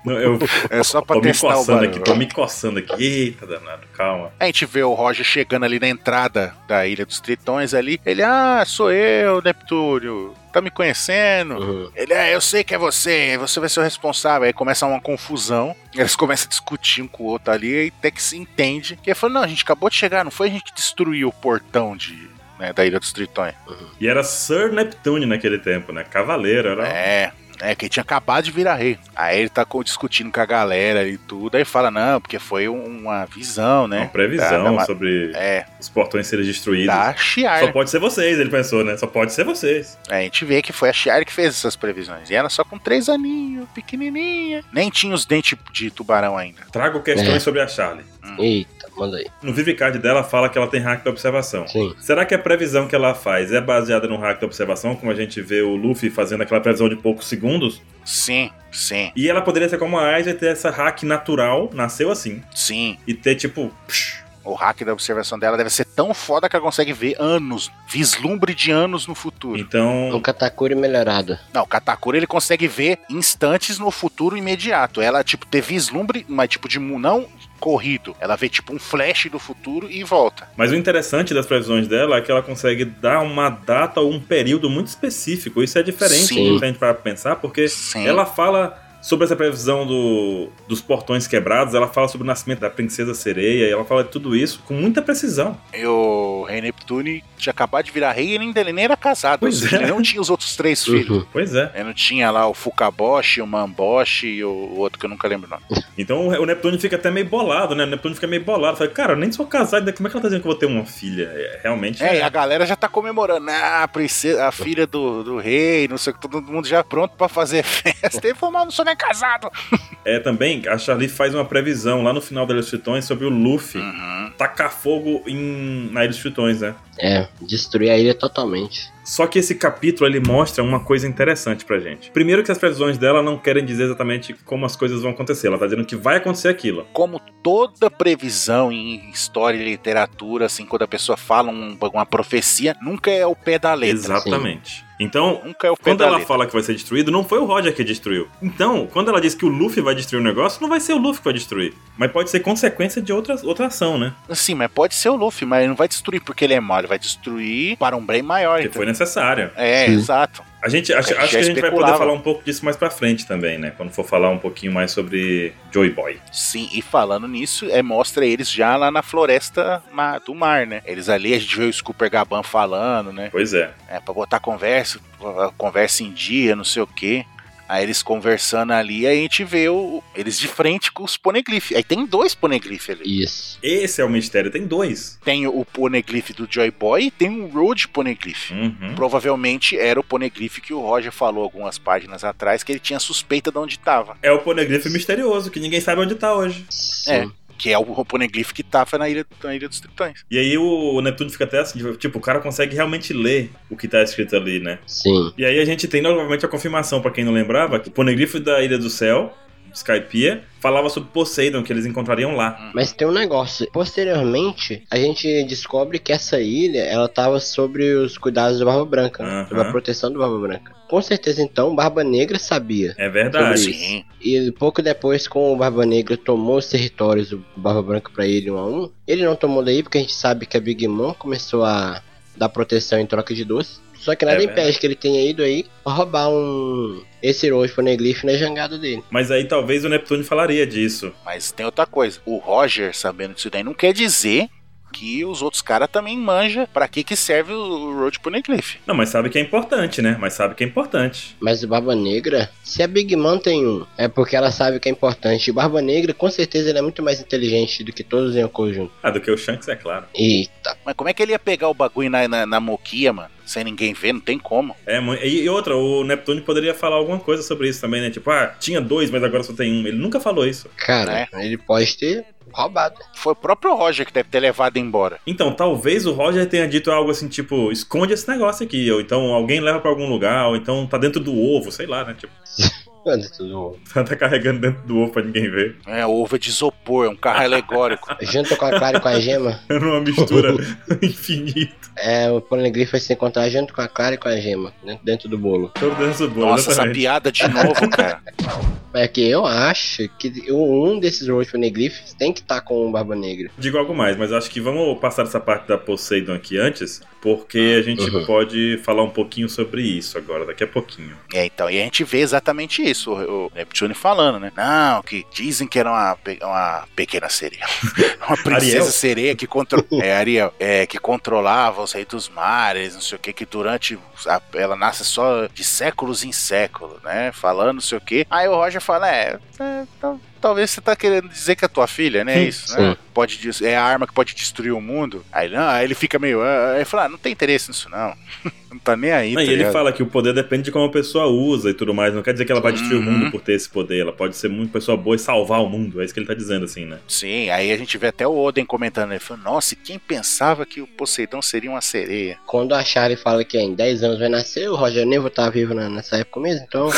Não, eu É só pra tô me testar o coçando barulho. aqui, tô me coçando aqui. Eita, danado, calma. A gente vê o Roger chegando ali na entrada da Ilha dos Tritões ali. Ele, ah, sou eu, Neptúnio. Tá me conhecendo? Uhum. Ele, é, eu sei que é você, você vai ser o responsável. Aí começa uma confusão, eles começam a discutir um com o outro ali, e até que se entende. Que ele falou, não, a gente acabou de chegar, não foi a gente que destruiu o portão de, né, da Ilha dos Tritões. E era Sir Neptune naquele tempo, né? Cavaleiro, era. É, é, que ele tinha acabado de virar rei. Aí ele tá co- discutindo com a galera e tudo, aí fala, não, porque foi um- uma visão, né? Uma previsão Tá, tá, sobre É, os portões serem destruídos. da Só Shiar. pode ser vocês, ele pensou, né? Só pode ser vocês. É, A gente vê que foi a Shiar que fez essas previsões. E ela só com três aninhos, pequenininha. Nem tinha os dentes de tubarão ainda. Trago questões É. sobre a Charlie. Eita, manda aí. No Vivicard dela fala que ela tem hack da observação. Sim. Será que a previsão que ela faz é baseada no hack da observação, como a gente vê o Luffy fazendo aquela previsão de poucos segundos? Sim, sim, E ela poderia ser como a Aiza e ter essa hack natural, nasceu assim, sim. e ter tipo. psh, O hack da observação dela deve ser tão foda que ela consegue ver anos, vislumbre de anos no futuro. Um Então. Katakuri melhorado. Não, o Katakura ele consegue ver instantes no futuro imediato. Ela, tipo, ter vislumbre, mas tipo de mu- não corrido. Ela vê, tipo, um flash do futuro e volta. Mas o interessante das previsões dela é que ela consegue dar uma data ou um período muito específico. Isso é diferente Sim. do que a gente para pensar, porque Sim. Ela fala Sobre essa previsão do, dos portões quebrados, ela fala sobre o nascimento da princesa sereia, e ela fala de tudo isso com muita precisão. E o rei Neptune tinha acabado de virar rei e ele ainda ele nem era casado. Pois ou seja, é. Ele não tinha os outros três filhos. Uhum. Pois é. Ele não tinha lá o Fukaboshi, o Mamboshi e o o outro que eu nunca lembro o nome. Então o o Neptune fica até meio bolado, né? O Neptune fica meio bolado. Fala, cara, eu nem sou casado, ainda, como é que ela tá dizendo que eu vou ter uma filha? É, realmente. É, e a galera já tá comemorando. Ah, a, princesa, a filha do, do rei, não sei o que, todo mundo já pronto pra fazer <laughs> festa. Ele falou, mas eu não sou nem casado. É, também, a Charlie faz uma previsão lá no final da Ilha dos Tritões sobre o Luffy Uhum. tacar fogo em, na Ilha dos Tritões, né? É, destruir a ilha totalmente. Só que esse capítulo ele mostra uma coisa interessante pra gente. Primeiro que as previsões dela não querem dizer exatamente como as coisas vão acontecer. Ela tá dizendo que vai acontecer aquilo. Como toda previsão em história e literatura, assim, quando a pessoa fala um- uma profecia, nunca é o pé da letra. Exatamente. Então, Nunca é o pé quando da ela letra. fala que vai ser destruído, não foi o Roger que destruiu. Então, quando ela diz que o Luffy vai destruir o negócio, não vai ser o Luffy que vai destruir. Mas pode ser consequência de outra, outra ação, né? Sim, mas pode ser o Luffy, mas ele não vai destruir porque ele é mau, ele vai destruir para um bem maior. Que entendeu? foi necessária. É, Sim. exato. A gente, acho, É, acho que já a gente vai poder especulava. falar um pouco disso mais pra frente também, né? Quando for falar um pouquinho mais sobre Joy Boy. Sim, e falando nisso, é, mostra eles já lá na floresta ma- do mar, né? Eles ali, a gente vê o Scooper Gaban falando, né? Pois é. É, pra botar conversa, a conversa em dia, não sei o quê. Aí eles conversando ali, aí a gente vê o- eles de frente com os poneglyphs. Aí tem dois poneglyphs ali. Isso. Esse é o mistério. Tem dois. Tem o poneglyph do Joy Boy e tem um Road poneglyph. Uhum. Provavelmente era o poneglyph que o Roger falou algumas páginas atrás, que ele tinha suspeita de onde tava. É o Poneglyph misterioso, que ninguém sabe onde tá hoje. É. Sim. Que é o poneglyph que tava na Ilha, na ilha dos Tritões. E aí o Neptune fica até assim, tipo, o cara consegue realmente ler o que tá escrito ali, né? Sim. E aí a gente tem novamente a confirmação, pra quem não lembrava, que o Poneglyph da Ilha do Céu, Skypiea, falava sobre Poseidon, que eles encontrariam lá. Mas tem um negócio. Posteriormente, a gente descobre que essa ilha, ela tava sobre os cuidados do Barba Branca, né? Aham. sobre a proteção do Barba Branca. Com certeza, então, Barba Negra sabia. É verdade. Sobre Sim. E pouco depois, como o Barba Negra tomou os territórios do Barba Branca pra ele um a um, ele não tomou daí porque a gente sabe que a Big Mom começou a dar proteção em troca de doce. Só que nada É impede que ele tenha ido aí pra roubar um esse Rojo Poneglyph na jangada dele. Mas aí talvez o Neptune falaria disso. Mas tem outra coisa. O Roger, sabendo disso daí, não quer dizer que os outros caras também manjam pra que que serve o Road Poneglyph. Não, mas sabe que é importante, né? Mas sabe que é importante. Mas o Barba Negra, se a Big Mom tem um, é porque ela sabe que é importante. E Barba Negra, com certeza, ele é muito mais inteligente do que todos em um conjunto. Ah, do que o Shanks, é claro. Eita, Mas como é que ele ia pegar o bagulho na, na, na moquia, mano? Sem ninguém ver, não tem como. É, mu- e e outra, o Neptune poderia falar alguma coisa sobre isso também, né? Tipo, ah, tinha dois, mas agora só tem um. Ele nunca falou isso. cara, ele pode ter roubado. Foi o próprio Roger que deve ter levado embora. Então, talvez o Roger tenha dito algo assim, tipo, esconde esse negócio aqui, ou então alguém leva pra algum lugar, ou então tá dentro do ovo, sei lá, né? Tipo, <laughs> Mano, tudo tá carregando dentro do ovo pra ninguém ver. É, ovo é de isopor, é um carro alegórico. Junto com a Clara e com a Gema, <laughs> Era É uma mistura <laughs> infinita. é, o Poneglyph vai se encontrar junto com a Clara e com a Gema, né, dentro do bolo. Todo dentro do bolo, Nossa, essa exatamente. piada de novo, cara. É que eu acho que o- um desses Road Poneglyphs tem que estar com o Barba Negra. Digo algo mais, mas acho que vamos passar essa parte da Poseidon aqui antes, porque a gente Uhum. pode falar um pouquinho sobre isso agora, daqui a pouquinho. É, então, e a gente vê exatamente isso, o, o Neptune falando, né? Não, que dizem que era uma, pe- uma pequena sereia. <laughs> uma princesa Ariel? sereia que, <laughs> contro é, Ariel, é, que controlava os reis dos mares, não sei o que, que durante. a- ela nasce só de séculos em século, né? Falando não sei o que. Aí o Roger fala: é, é, tal- talvez você tá querendo dizer que é tua filha, né? Sim, isso, né? Pode, des- é a arma que pode destruir o mundo. Aí, não, aí ele fica meio. ah, ah, Ele fala: ah, não tem interesse nisso, não. <laughs> não tá nem aí. Não, e tá ele ligado? fala que o poder depende de como a pessoa usa e tudo mais. Não quer dizer que ela vai destruir o Uhum. mundo por ter esse poder. Ela pode ser muito pessoa boa e salvar o mundo. É isso que ele tá dizendo, assim, né? Sim, aí a gente vê até o Oden comentando, ele falou, nossa, e quem pensava que o Poseidon seria uma sereia? Quando a Charlie fala que em 10 anos vai nascer, o Roger nem vou estar vivo na- nessa época mesmo, então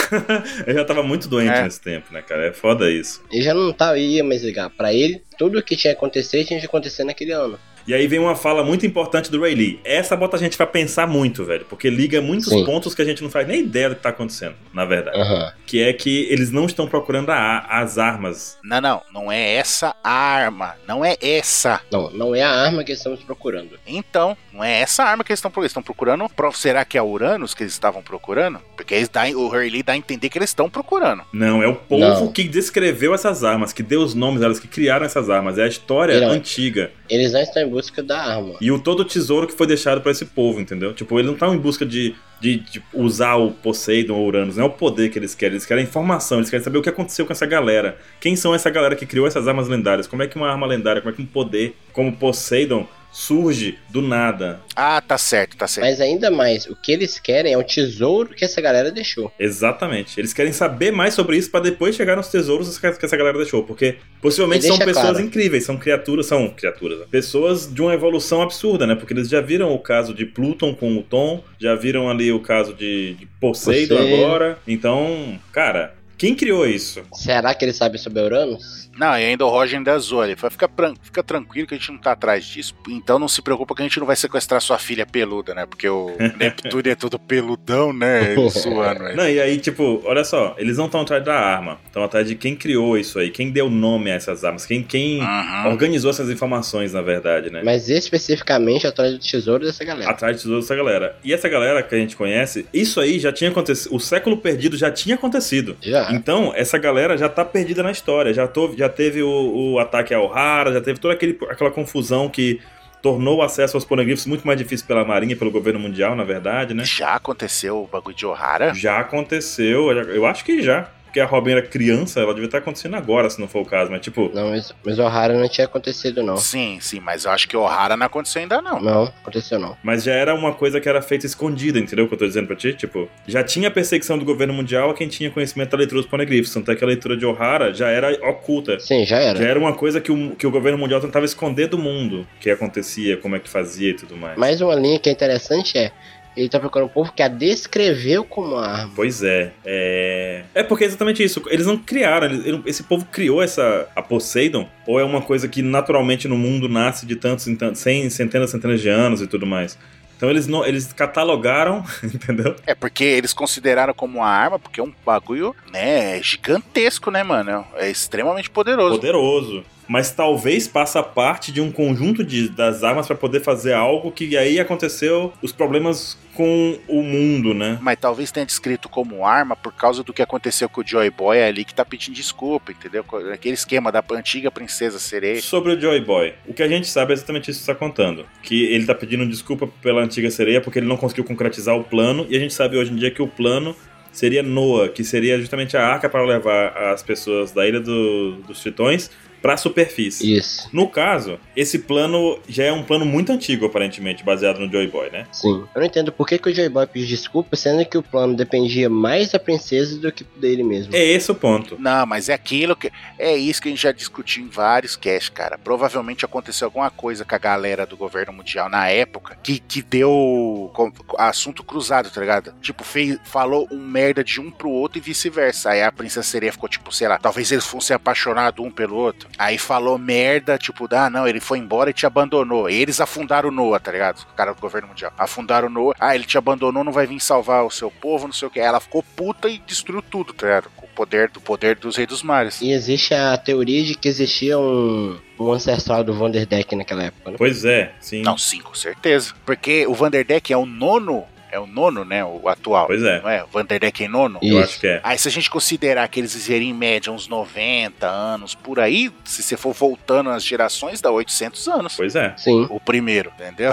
Ele já tava muito doente É. nesse tempo, né, cara? É foda isso. Ele já não tá, ia mais ligar. Pra ele, tudo o que tinha que acontecer tinha que acontecer naquele ano. E aí vem uma fala muito importante do Ray Lee. Essa bota a gente pra pensar muito, velho, porque liga muitos Sim. pontos que a gente não faz nem ideia do que tá acontecendo, na verdade. Aham. Que é que eles não estão procurando a- as armas. Não, não, não é essa a arma. Não é essa. Não, não é a arma que estamos procurando. Então, não é essa arma que eles estão procurando. Eles estão procurando. pro- Será que é a Uranus que eles estavam procurando? Porque eles dá, o Hurley dá a entender que eles estão procurando. Não, é o povo Não. que descreveu essas armas, que deu os nomes delas, que criaram essas armas. É a história Irão. antiga. Eles não estão em busca da arma. E o todo o tesouro que foi deixado pra esse povo, entendeu? Tipo, eles não estão em busca de, de, de usar o Poseidon ou Uranus, não é o poder que eles querem, eles querem informação, eles querem saber o que aconteceu com essa galera. Quem são essa galera que criou essas armas lendárias? Como é que uma arma lendária, como é que um poder como Poseidon surge do nada? Ah, tá certo, tá certo. Mas ainda mais, o que eles querem é o tesouro que essa galera deixou. Exatamente. Eles querem saber mais sobre isso pra depois chegar nos tesouros que que essa galera deixou, porque possivelmente E são deixa pessoas claro. incríveis, são criaturas, são criaturas, né? pessoas de uma evolução absurda, né? Porque eles já viram o caso de Pluton com o Tom, já viram ali o caso de, de Poseidon Poseidon. agora. Então, cara, quem criou isso? Será que eles sabem sobre a Uranus? Não, e ainda o Roger ainda zoou. Ele falou: fica, pran- fica tranquilo que a gente não tá atrás disso. Então não se preocupa que a gente não vai sequestrar sua filha peluda, né? Porque o Neptune é todo peludão, né? Ele zoando. né? Não, e aí, tipo, olha só, eles não estão atrás da arma, estão atrás de quem criou isso aí, quem deu nome a essas armas, quem, quem Uhum. organizou essas informações, na verdade, né? Mas especificamente atrás do tesouro dessa galera. atrás de tesouro dessa galera. E essa galera que a gente conhece, isso aí já tinha acontecido. O século perdido já tinha acontecido. Já. Então, essa galera já tá perdida na história. Já, to- já teve o, o ataque ao Hara, já teve toda aquele, aquela confusão que tornou o acesso aos ponegrifos muito mais difícil pela Marinha, pelo governo mundial, na verdade, né? Já aconteceu o bagulho de O'Hara? Já aconteceu, eu- eu acho que já. Porque a Robin era criança, ela devia estar acontecendo agora, se não for o caso, mas tipo. Não, mas, mas o O'Hara não tinha acontecido, não. Sim, sim, mas eu acho que O'Hara não aconteceu ainda não. Não, aconteceu não. Mas já era uma coisa que era feita escondida, entendeu o que eu tô dizendo pra ti? Tipo, já tinha a perseguição do governo mundial a quem tinha conhecimento da leitura dos ponegrifos, tanto é que a leitura de O'Hara já era oculta. Sim, já era. Já era uma coisa que o, que o governo mundial tentava esconder do mundo, o que acontecia, como é que fazia e tudo mais. Mais uma linha que é interessante é. Ele tá procurando um povo que a descreveu como uma arma. Pois é, é. É porque é exatamente isso. Eles não criaram. eles- ele- esse povo criou essa. A Poseidon? Ou é uma coisa que naturalmente no mundo nasce de tantos em tantos. Cem, centenas, centenas de anos e tudo mais. Então eles, não, eles catalogaram, <laughs> entendeu? É porque eles consideraram como uma arma, porque é um bagulho, né, gigantesco, né, mano? É extremamente poderoso. poderoso. Mas talvez faça parte de um conjunto de, das armas pra poder fazer algo que aí aconteceu os problemas com o mundo, né? Mas talvez tenha descrito como arma por causa do que aconteceu com o Joy Boy ali, que tá pedindo desculpa, entendeu? Aquele esquema da antiga princesa sereia. Sobre o Joy Boy, o que a gente sabe é exatamente isso que você está contando. Que ele tá pedindo desculpa pela antiga sereia porque ele não conseguiu concretizar o plano. E a gente sabe hoje em dia que o plano seria Noah, que seria justamente a arca para levar as pessoas da ilha do- dos tritões pra superfície. Isso, No caso, esse plano já é um plano muito antigo, aparentemente, baseado no Joy Boy, né? sim. Eu não entendo por que, que o Joy Boy pediu desculpa, sendo que o plano dependia mais da princesa do que dele mesmo. É esse o ponto. Não, mas é aquilo que. É isso que a gente já discutiu em vários casts, cara. Provavelmente aconteceu alguma coisa com a galera do governo mundial na época que, que deu com- assunto cruzado, tá ligado? Tipo, fez, falou um merda de um pro outro e vice-versa. Aí a princesa sereia ficou tipo, sei lá, talvez eles fossem apaixonados um pelo outro. Aí falou merda, tipo, ah, não, ele foi embora e te abandonou. Eles afundaram o Noah, tá ligado? O cara do governo mundial. Afundaram o Noah. Ah, ele te abandonou, não vai vir salvar o seu povo, não sei o que. Ela ficou puta e destruiu tudo, tá ligado? Com o poder do poder dos reis dos mares. E existe a teoria de que existia um, um ancestral do Vanderdeck naquela época, né? Pois é, sim. Não, sim, com certeza. Porque o Vanderdeck é o nono, é o nono, né? O atual. Pois é. Não é? O Vanderdeck é nono. Eu Isso. acho que é. Aí, se a gente considerar que eles viveriam em média uns 90 anos por aí, se você for voltando as gerações, dá 800 anos. Pois é. Sim. O primeiro, entendeu?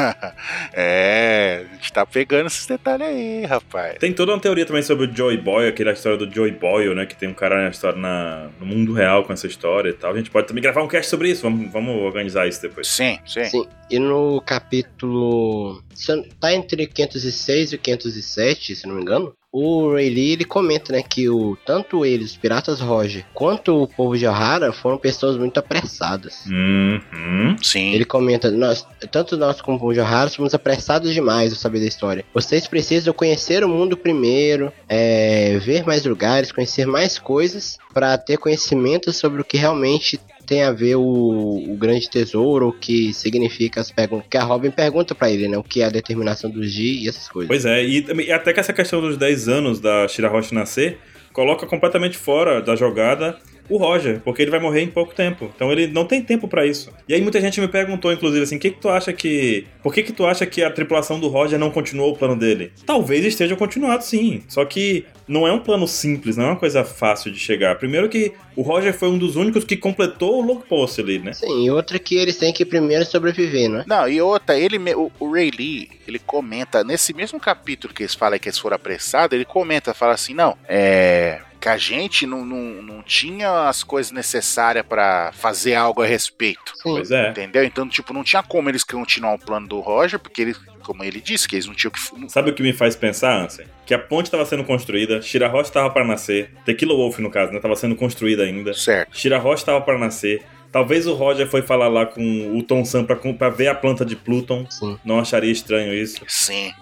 <laughs> é, a gente tá pegando esses detalhes aí, rapaz. Tem toda uma teoria também sobre o Joy Boy, aquela história do Joy Boyle, né? Que tem um cara na história na, no mundo real com essa história e tal. A gente pode também gravar um cast sobre isso. Vamos, vamos organizar isso depois. Sim, sim. Sim. E no capítulo. se eu- Tá entre 506 e 507, se não me engano. O Ray Lee ele comenta né, que o, tanto eles, os piratas Roger, quanto o povo de O'Hara foram pessoas muito apressadas. Uhum. Sim. Ele comenta: nós, tanto nós como o povo de O'Hara somos apressados demais ao saber da história. Vocês precisam conhecer o mundo primeiro, é, ver mais lugares, conhecer mais coisas, para ter conhecimento sobre o que realmente tem a ver o, o grande tesouro, o que significa as perguntas. Que a Robin pergunta pra ele, né? O que é a determinação dos dias e essas coisas. Pois é, e, também- e até que essa questão dos 10 anos da Shirahoshi nascer coloca completamente fora da jogada o Roger, porque ele vai morrer em pouco tempo. Então ele não tem tempo pra isso. E aí muita gente me perguntou, inclusive, assim, o que, que tu acha que. Por que, que tu acha que a tripulação do Roger não continuou o plano dele? Talvez esteja continuado, sim. Só que não é um plano simples, não é uma coisa fácil de chegar. Primeiro que o Roger foi um dos únicos que completou o log post ali, né? Sim, e outra que eles têm que primeiro sobreviver, né? Não, e outra, ele, me- o, o Ray Lee, ele comenta, nesse mesmo capítulo que eles falam que eles foram apressados, ele comenta, fala assim, não, é... Que a gente não, não, não tinha as coisas necessárias pra fazer algo a respeito. Sim. Pois é. Entendeu? Então, tipo, não tinha como eles continuar o plano do Roger, porque ele, como ele disse, que eles não tinham que. fu- Sabe o que me faz pensar, Ansem? Que a ponte estava sendo construída, Shirahoshi estava para nascer, Tequila Wolf, no caso, né? Tava sendo construída ainda. Certo. Shirahoshi estava para nascer. Talvez o Roger foi falar lá com o Tom Sam pra, pra ver a planta de Pluton. Sim. Não acharia estranho isso. Sim.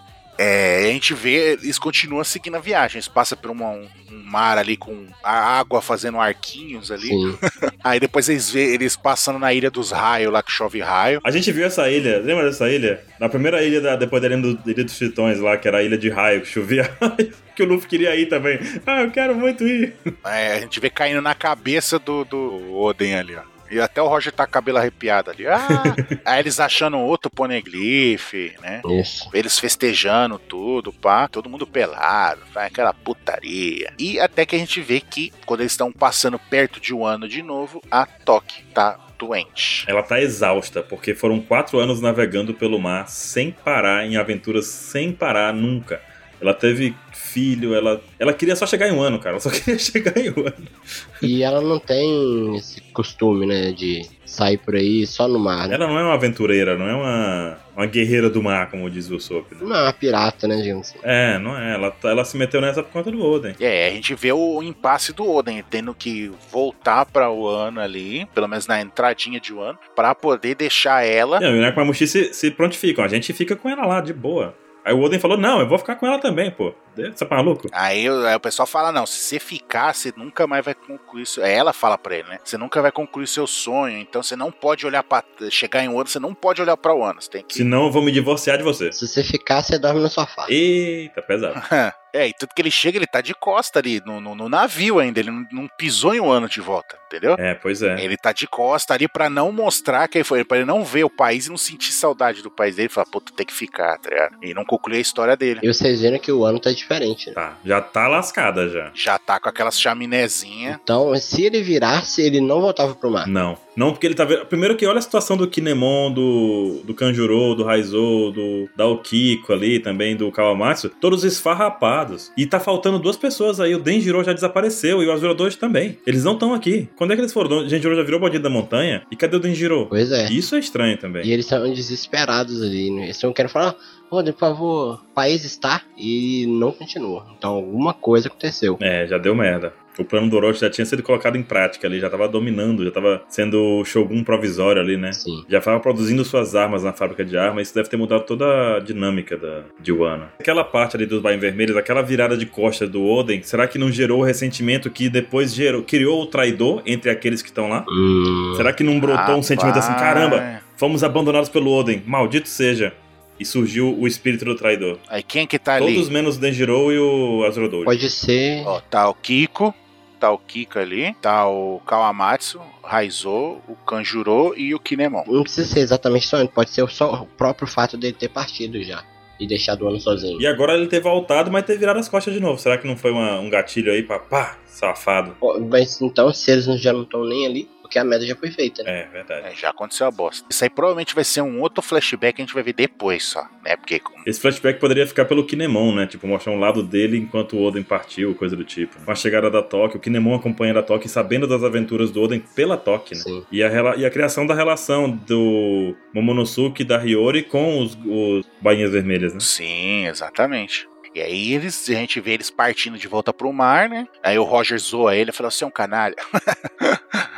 É, a gente vê, eles continuam seguindo a viagem. Eles passam por uma- um, um mar ali com a água fazendo arquinhos ali. Sim. Aí depois eles vê eles passando na ilha dos raios, lá que chove raio. A gente viu essa ilha, lembra dessa ilha? Na primeira ilha, da, depois da ilha, do- da ilha dos Tritões lá, que era a ilha de raio, que chovia <laughs> raio, que o Luffy queria ir também. Ah, eu quero muito ir. É, a gente vê caindo na cabeça do, do Oden ali, ó. E até o Roger tá com o cabelo arrepiado ali. Ah! Aí eles achando outro poneglyph, né? Isso. Eles festejando tudo, pá, todo mundo pelado, tá? aquela putaria. E até que a gente vê que quando eles estão passando perto de um ano de novo, a Toque tá doente. Ela tá exausta, porque foram quatro anos navegando pelo mar sem parar, em aventuras sem parar nunca. Ela teve filho, ela, ela queria só chegar em um ano, cara. Ela só <laughs> queria chegar em um ano. E ela não tem esse costume, né? De sair por aí só no mar. Né? Ela não é uma aventureira, não é uma, uma guerreira do mar, como diz o Sop. né? Não é uma pirata, né, digamos assim. É, não é. Ela, tá- ela se meteu nessa por conta do Oden. É, a gente vê o impasse do Oden tendo que voltar pra o ano ali, pelo menos na entradinha de Wano, pra poder deixar ela. Não, e o Nakamushi se, se prontificam. A gente fica com ela lá, de boa. Aí o Oden falou, não, eu vou ficar com ela também, pô. Você é maluco? Aí, o- aí o pessoal fala: não, se você ficar, você nunca mais vai concluir. Seu... É, Ela fala pra ele, né? Você nunca vai concluir seu sonho, então você não pode olhar pra. Chegar em Wano, você não pode olhar pra Wano. Você tem que. Senão eu vou me divorciar de você. Se você ficar, você dorme no sofá. Eita, pesado. <laughs> É, e tanto que ele chega, ele tá de costa ali, no, no- no navio ainda, ele não, não pisou em um ano de volta, entendeu? É, pois é. Ele tá de costa ali pra não mostrar que ele foi, pra ele não ver o país e não sentir saudade do país dele, Ele fala, pô, tu tem que ficar, tá ligado? E não concluir a história dele. E vocês viram que o ano tá diferente, né? Tá, já tá lascada já. Já tá com aquelas É. chaminézinhas. Então, se ele virasse, ele não voltava pro mar. Não. Não, porque ele tá vendo. Primeiro que olha a situação do Kinemon, do, do Kanjuro, do Raizou, do da Okiko ali, também do Kawamatsu, todos esfarrapados. E tá faltando duas pessoas aí. O Denjiro já desapareceu e o Azura 2 também. Eles não estão aqui. Quando é que eles foram? O Denjiro já virou bandido da montanha? E cadê o Denjiro? Pois é. Isso é estranho também. E eles estão desesperados ali, né? Eles não querem falar, Roder, por favor, o país está e não continua. Então alguma coisa aconteceu. É, já deu merda. O plano do Orochi já tinha sido colocado em prática ali, já tava dominando, já tava sendo o Shogun provisório ali, né? Sim. Já estava produzindo suas armas na fábrica de armas, isso deve ter mudado toda a dinâmica da, de Wano. Aquela parte ali dos Bain Vermelhos, aquela virada de costas do Oden, será que não gerou o ressentimento que depois gerou, criou o traidor entre aqueles que estão lá? Hum, Será que não brotou um Rapaz. sentimento assim, caramba, fomos abandonados pelo Oden, maldito seja? E surgiu o espírito do traidor. Aí quem que tá ali? Todos menos o Denjiro e o Azurodou. pode ser. Ó, tá o Kiko, tá o Kika ali, tá o Kawamatsu, Raizou, o Kanjuro e o Kinemon. Não precisa ser exatamente só ele, pode ser só o próprio fato dele ter partido já e deixado o ano sozinho. E agora ele ter voltado, mas ter virado as costas de novo. Será que não foi uma- um gatilho aí pra pá, safado? Ó, Mas então, se eles já não estão nem ali, porque a merda já foi feita, né? É, verdade. É, já aconteceu a bosta. Isso aí provavelmente vai ser um outro flashback que a gente vai ver depois só, né? Porque com- Esse flashback poderia ficar pelo Kinemon, né? Tipo, mostrar um lado dele enquanto o Oden partiu, coisa do tipo. Com a chegada da Toque, o Kinemon acompanhando a Toque, sabendo das aventuras do Oden pela Toque, né? Sim. E a, rela- e a criação da relação do Momonosuke e da Hiyori com os, os Bainhas Vermelhas, né? Sim, exatamente. E aí eles, a gente vê eles partindo de volta pro mar, né? Aí o Roger zoa ele e fala, você é um canalha.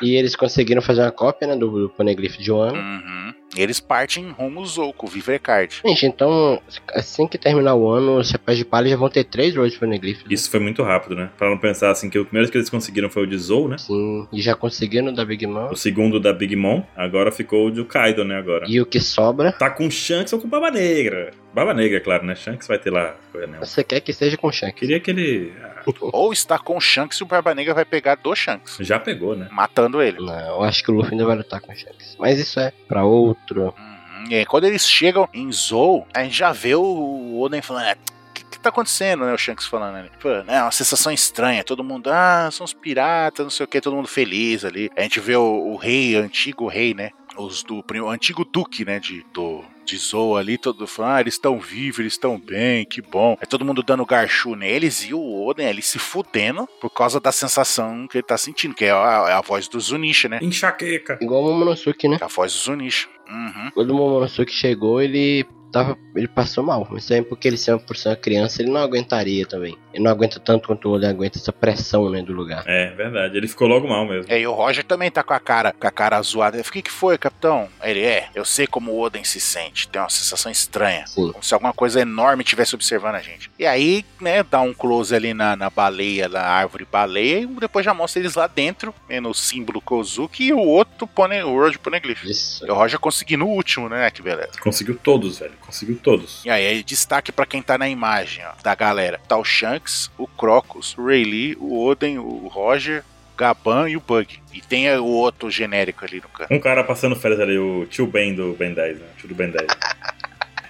E eles conseguiram fazer uma cópia, né, do, do Poneglyph de Wano. Uhum. Eles partem rumo Zouco, Vivrecard. Gente, então, assim que terminar o ano, os chapéus de palha já vão ter três Roads Poneglyphs. né? Isso foi muito rápido, né? Pra não pensar assim, que o primeiro que eles conseguiram foi o de Zou, né? Sim, e já conseguiram da Big Mom. O segundo da Big Mom, agora ficou o do Kaido, né? Agora. E o que sobra, Tá com Shanks ou com Baba Negra? Baba Negra, claro, né? Shanks vai ter lá. coisa, né? você quer que seja com Shanks. Queria que ele. ah, Ou está com o Shanks e o Barba Negra vai pegar do Shanks, Já pegou, né? matando ele. <laughs> Não, eu acho que o Luffy ainda vai lutar com Shanks. Mas isso é pra outro. Uhum. E aí, quando eles chegam em Zou, a gente já vê o Oden falando. "É, o que, que tá acontecendo, né? O Shanks falando ali. Pô, né, é uma sensação estranha. Todo mundo, ah, são os piratas, não sei o que, todo mundo feliz ali. A gente vê o, o rei, o antigo rei, né? Os do prim- o antigo duque, né? De, do, de Zou ali, todo falando, ah, eles estão vivos, eles estão bem, que bom. É todo mundo dando garchu neles e o Oden ali se fudendo por causa da sensação que ele tá sentindo, que é a, é a voz do Zunisha, né? Enxaqueca. Igual o Momonosuke, né? É a voz do Zunisha. Uhum. Quando o Momonosuke chegou, ele tava, ele passou mal. Mas também porque ele ser uma- por ser uma criança, ele não aguentaria também. Ele não aguenta tanto quanto o Oden aguenta essa pressão, né, do lugar. É, verdade. Ele ficou logo mal mesmo. É, e o Roger também tá com a cara, com a cara zoada. Eu fiquei, que foi, capitão? Ele é, eu sei como o Oden se sente, tem uma sensação estranha. Sim. Como se alguma coisa enorme estivesse observando a gente. E aí, né, dá um close ali na, na baleia, na árvore baleia, e depois já mostra eles lá dentro, né, no símbolo Kozuki e o outro pone, o World Poneglyph. Isso. E o Roger conseguindo o último, né? Que beleza. Conseguiu todos, velho. Conseguiu todos. E aí, aí, destaque pra quem tá na imagem, ó, da galera. Tá o Shanks, o Crocus, o Rayleigh, o Oden, o Roger, o Gaban e o Bug. E tem é, o outro genérico ali no <laughs> canto. Um cara passando férias ali, o tio Ben do Ben 10, né? O tio do Ben 10.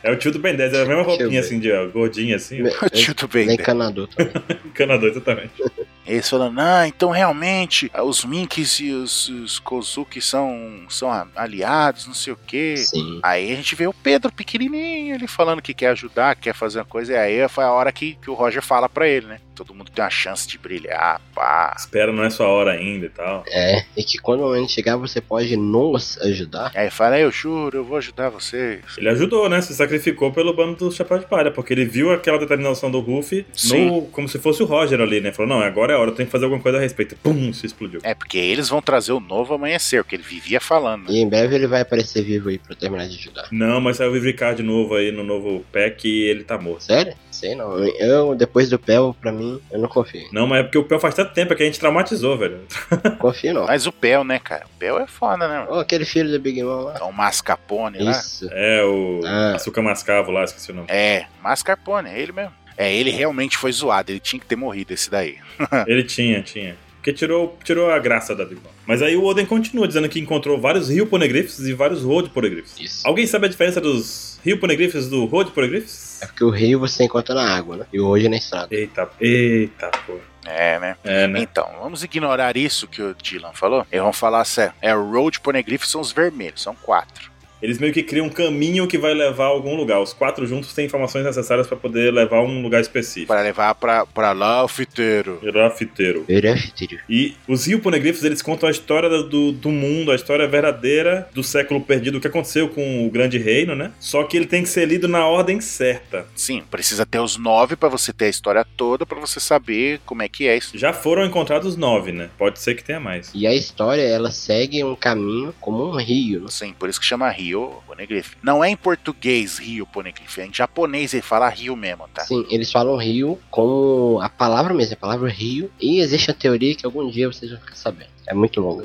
É o tio do Ben 10, é a mesma Tio Ben. roupinha assim, de ó, gordinha assim, Me- Tudo bem, Ele é né? encanador também. encanador exatamente. Eles falando, ah, então realmente ah, os Minks e os, os Kozuki são, são a- aliados, não sei o quê. Sim. Aí a gente vê o Pedro pequenininho ele falando que quer ajudar, que quer fazer uma coisa. E aí foi a hora que, que o Roger fala pra ele, né? Todo mundo tem uma chance de brilhar, pá. Espera, não é sua hora ainda e tal. É, e que quando o momento chegar, você pode nos ajudar. E aí fala, eu juro, eu vou ajudar vocês. Ele ajudou, né? Se sacrificou pelo bando do Chapéu de Palha, porque ele viu aquela determinação do Ruffy no, Sim. como se fosse o Roger ali, né? Falou, não, agora é a hora, eu tenho que fazer alguma coisa a respeito. Pum, se explodiu. É, porque eles vão trazer o novo amanhecer, o que ele vivia falando. né? E em breve ele vai aparecer vivo aí pra eu terminar de ajudar. Não, mas saiu o Vivricar de novo aí no novo pack e ele tá morto. Sério? Sei não. Eu, depois do Pel, pra mim, eu não confio. Não, mas é porque o Pel faz tanto tempo que a gente traumatizou, velho. Confio não. Mas o Pel, né, cara? O Pel é foda, né? mano? Ô, aquele filho do Big Mom lá. É o Mascarpone lá. Isso. É o Ah. Açúcar Mascavo lá, esqueci o nome. É, Mascarpone, é ele mesmo. É, ele realmente foi zoado, ele tinha que ter morrido esse daí. Ele tinha, tinha. Porque tirou, tirou a graça da Big Mom. Mas aí o Oden continua dizendo que encontrou vários Rio Poneglyphs e vários Road Poneglyphs. Isso. Alguém sabe a diferença dos Rio Poneglyphs do Road Poneglyphs? É porque o rio você encontra na água, né? E o hoje na estrada. Eita, eita, pô. É, né? É, né? Então, vamos ignorar isso que o Dylan falou. E vamos falar sério. É, o Road Poneglyph são os vermelhos, são quatro. Eles meio que criam um caminho que vai levar a algum lugar. Os quatro juntos têm informações necessárias pra poder levar a um lugar específico. Para levar pra, pra lá o fiteiro. Grafiteiro. é Grafiteiro. E os Rio Poneglyphs, eles contam a história do, do mundo, a história verdadeira do século perdido, o que aconteceu com o Grande Reino, né? Só que ele tem que ser lido na ordem certa. Sim, precisa ter os nove pra você ter a história toda, pra você saber como é que é isso. Já foram encontrados nove, né? Pode ser que tenha mais. <laughs> E a história, ela segue um caminho como um rio. né? Sim, por isso que chama Rio Poneglyph. Não é em português Rio Poneglyph, é em japonês ele fala Rio mesmo, tá? Sim, eles falam rio como a palavra mesmo, a palavra rio. E existe a teoria que algum dia vocês vão ficar sabendo. É muito longa.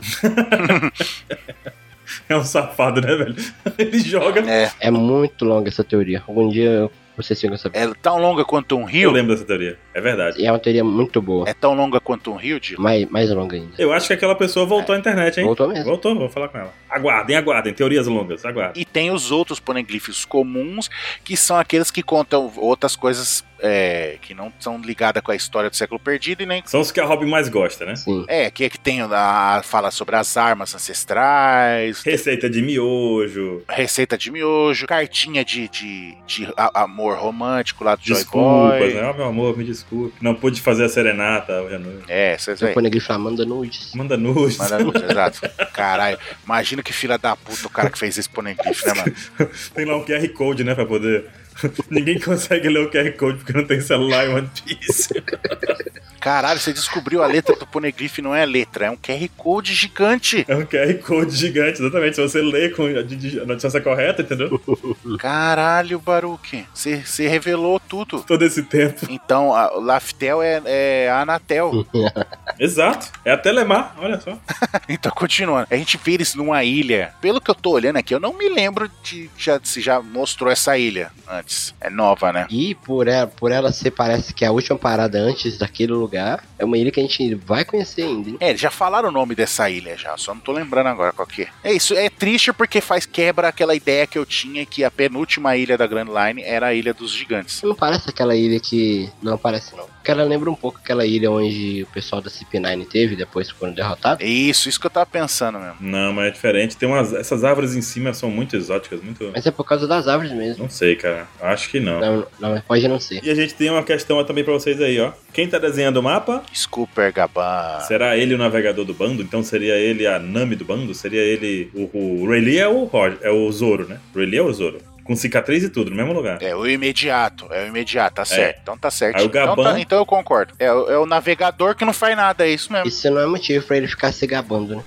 É um safado, né, velho? <laughs> Ele joga. É, É muito longa essa teoria. Algum dia vocês ficam sabendo. é tão longa quanto um Eu rio? lembro dessa teoria. É verdade. E é uma teoria muito boa. É tão longa quanto um rio, Dylan? Mais, mais longa ainda. Eu acho que aquela pessoa voltou à internet, hein? Voltou mesmo. Voltou, vou falar com ela. Aguardem, aguardem. Teorias longas, aguardem. E tem os outros poneglyphos comuns, que são aqueles que contam outras coisas é, que não são ligadas com a história do século perdido e nem. São os que a Robin mais gosta, né? Sim. É, que é que tem a fala sobre as armas ancestrais, Receita de miojo, receita de miojo, cartinha de, de, de a- amor romântico lá do Joy desculpas, Boy. né? Ah, meu amor, me desculpe. Não pude fazer a serenata hoje à noite. É, essas aí. O Poneglyph Amanda Nudes. Manda nudes. Manda nude, exato. Caralho, imagina que filha da puta o cara que fez esse poneglyph, né, mano? Tem lá um QR Code, né, pra <laughs> poder... Ninguém consegue ler o QR Code porque não tem celular em One Piece. Caralho, você descobriu a letra do Poneglyph não é letra, é um QR Code gigante. É um QR Code gigante, exatamente. Se você lê com a di- a distância correta, entendeu? Caralho, Baruque, você, você revelou tudo. Todo esse tempo. Então, a Laftel é, é a Anatel. <laughs> Exato. É a Telemar, olha só. Então, continuando. A gente vira isso numa ilha. Pelo que eu tô olhando aqui, eu não me lembro de já, se já mostrou essa ilha antes. É nova, né? E por ela, por ela ser, parece que é a última parada antes daquele lugar, é uma ilha que a gente vai conhecer ainda. hein? É, eles já falaram o nome dessa ilha já, só não tô lembrando agora qual que é. É isso, é triste porque faz quebra aquela ideia que eu tinha que a penúltima ilha da Grand Line era a Ilha dos Gigantes. Não parece aquela ilha que. Não parece não. Porque ela lembra um pouco aquela ilha onde o pessoal da CP9 teve depois que foram derrotados. É Isso, isso que eu tava pensando mesmo. Não, mas é diferente. Tem umas. Essas árvores em cima são muito exóticas, muito. Mas é por causa das árvores mesmo. Não sei, cara. Acho que não. Não, não mas pode não ser. E a gente tem uma questão também pra vocês aí, ó. Quem tá desenhando o mapa? Scooper Gaban. Será ele o navegador do bando? Então seria ele a Nami do bando? Seria ele. O, o Rayleigh é o, Roger, é o Zoro, né? Rayleigh é o Zoro. Com cicatriz e tudo, no mesmo lugar. É o imediato, é o imediato, tá certo. Então tá certo. Aí o Gaban- Então, tá- então eu concordo. É, o- é o navegador que não faz nada, é isso mesmo. Isso não é motivo pra ele ficar se gabando, né?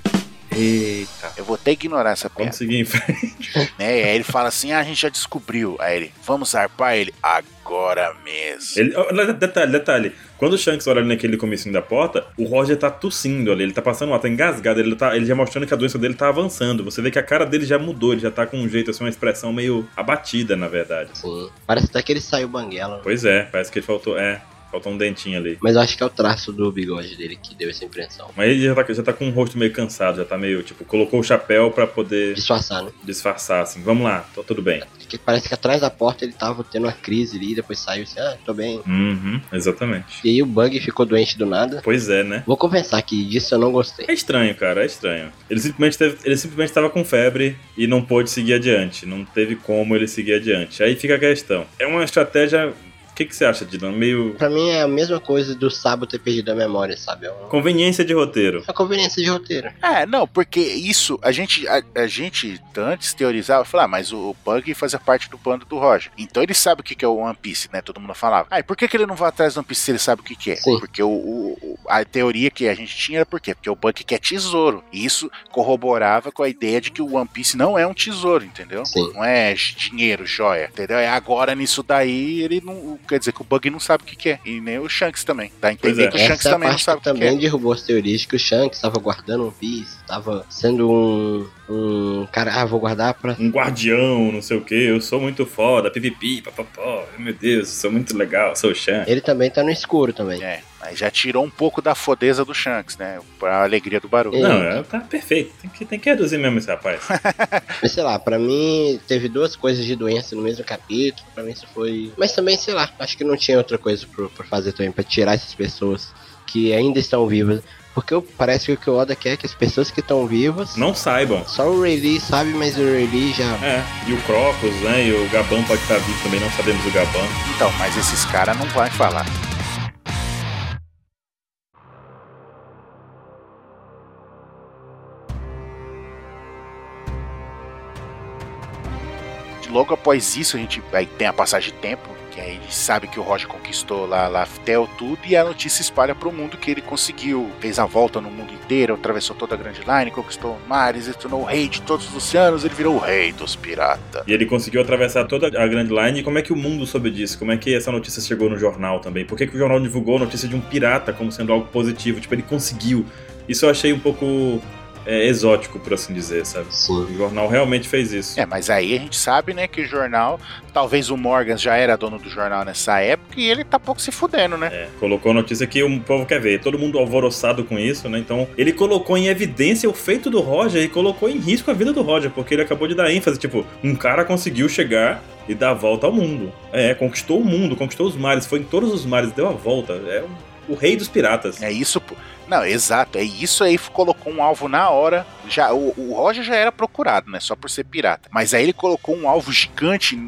Eita. Eu vou até ignorar essa peça. Vamos seguir em frente. né? E aí ele fala assim: ah, a gente já descobriu. Aí ele, vamos arpar ele agora mesmo. Ele, ó, detalhe, detalhe. Quando o Shanks olha ali naquele comecinho da porta, o Roger tá tossindo ali, ele tá passando mal, tá engasgado, ele, tá, ele já mostrando que a doença dele tá avançando. Você vê que a cara dele já mudou, ele já tá com um jeito, assim, uma expressão meio abatida, na verdade. Sim. Parece até que ele saiu banguela. né? Pois é, parece que ele faltou. É, faltou um dentinho ali. Mas eu acho que é o traço do bigode dele que deu essa impressão. Mas ele já tá, já tá com o rosto meio cansado, já tá meio, tipo, colocou o chapéu pra poder Disfarçar, né? disfarçar, assim. Vamos lá, tô tudo bem. Porque parece que atrás da porta ele tava tendo uma crise ali, depois saiu assim, ah, tô bem. Uhum, exatamente. E aí o Bug ficou doente do nada. Pois é, né? Vou confessar que disso eu não gostei. É estranho, cara, é estranho. Ele simplesmente, teve, ele simplesmente tava com febre e não pôde seguir adiante. Não teve como ele seguir adiante. Aí fica a questão. É uma estratégia. O que, que você acha, Dylan? Meio. Pra mim é a mesma coisa do Sabo ter perdido a memória, sabe? É uma Conveniência de roteiro. uma conveniência de roteiro. É, não, porque isso, a gente, a, a gente antes teorizava, falava, ah, mas o, o Bug fazia parte do bando do Roger. Então ele sabe o que, que é o One Piece, né? Todo mundo falava. Ah, e por que, que ele não vai atrás do One Piece se ele sabe o que, que é? Sim. Porque o, o- o- a teoria que a gente tinha era por quê? Porque o Bug quer tesouro. E isso corroborava com a ideia de que o One Piece não é um tesouro, entendeu? Sim. Não é dinheiro, joia, entendeu? É agora nisso daí, ele não. Quer dizer que o Bug não sabe o que, que é. E nem o Shanks também. Dá a entender Pois é. que o Shanks Essa é a também não parte sabe que o que, que é. também derrubou as teorias que o Shanks tava guardando um piso, tava sendo um, um cara, ah, vou guardar pra... Um guardião, não sei o que. Eu sou muito foda, pipipi, papapó. Meu Deus, sou muito legal, sou o Shan. Ele também tá no escuro também. É, aí já tirou um pouco da fodeza do Shanks, né? Pra alegria do barulho. Não, é, tá perfeito. Tem que, tem que reduzir mesmo esse rapaz. Mas sei lá, pra mim teve duas coisas de doença no mesmo capítulo, pra mim isso foi... Mas também, sei lá, acho que não tinha outra coisa pra, pra fazer também, pra tirar essas pessoas que ainda estão vivas. Porque eu- parece que o que o Oda quer é que as pessoas que estão vivas... Não saibam. Só o Rayleigh sabe, mas o Rayleigh já... É, e o Crocus, né? E o Gabão pode estar vivo também, não sabemos o Gabão. Então, mas esses caras não vão falar. Logo após isso, a gente aí tem a passagem de tempo, que aí a gente sabe que o Roger conquistou lá Laftel tudo, e a notícia espalha pro mundo que ele conseguiu, fez a volta no mundo inteiro, atravessou toda a Grand Line, conquistou mares, ele tornou o rei de todos os oceanos, ele virou o rei dos piratas. E ele conseguiu atravessar toda a Grand Line. E como é que o mundo soube disso? Como é que essa notícia chegou no jornal também? Por que, que o jornal divulgou a notícia de um pirata como sendo algo positivo? Tipo, ele conseguiu. Isso eu achei um pouco é, exótico, por assim dizer, sabe? Sim. O jornal realmente fez isso. É, mas aí a gente sabe, né, que o jornal, talvez o Morgan já era dono do jornal nessa época e ele tá pouco se fudendo, né? É, colocou a notícia que o povo quer ver. Todo mundo alvoroçado com isso, né? Então, ele colocou em evidência o feito do Roger e colocou em risco a vida do Roger, porque ele acabou de dar ênfase. Tipo, um cara conseguiu chegar e dar a volta ao mundo. É, conquistou o mundo, conquistou os mares, foi em todos os mares, deu a volta. É o, o rei dos piratas. É isso, pô. Não, exato, é isso aí, colocou um alvo na hora. Já o, o Roger já era procurado, né, só por ser pirata. Mas aí ele colocou um alvo gigante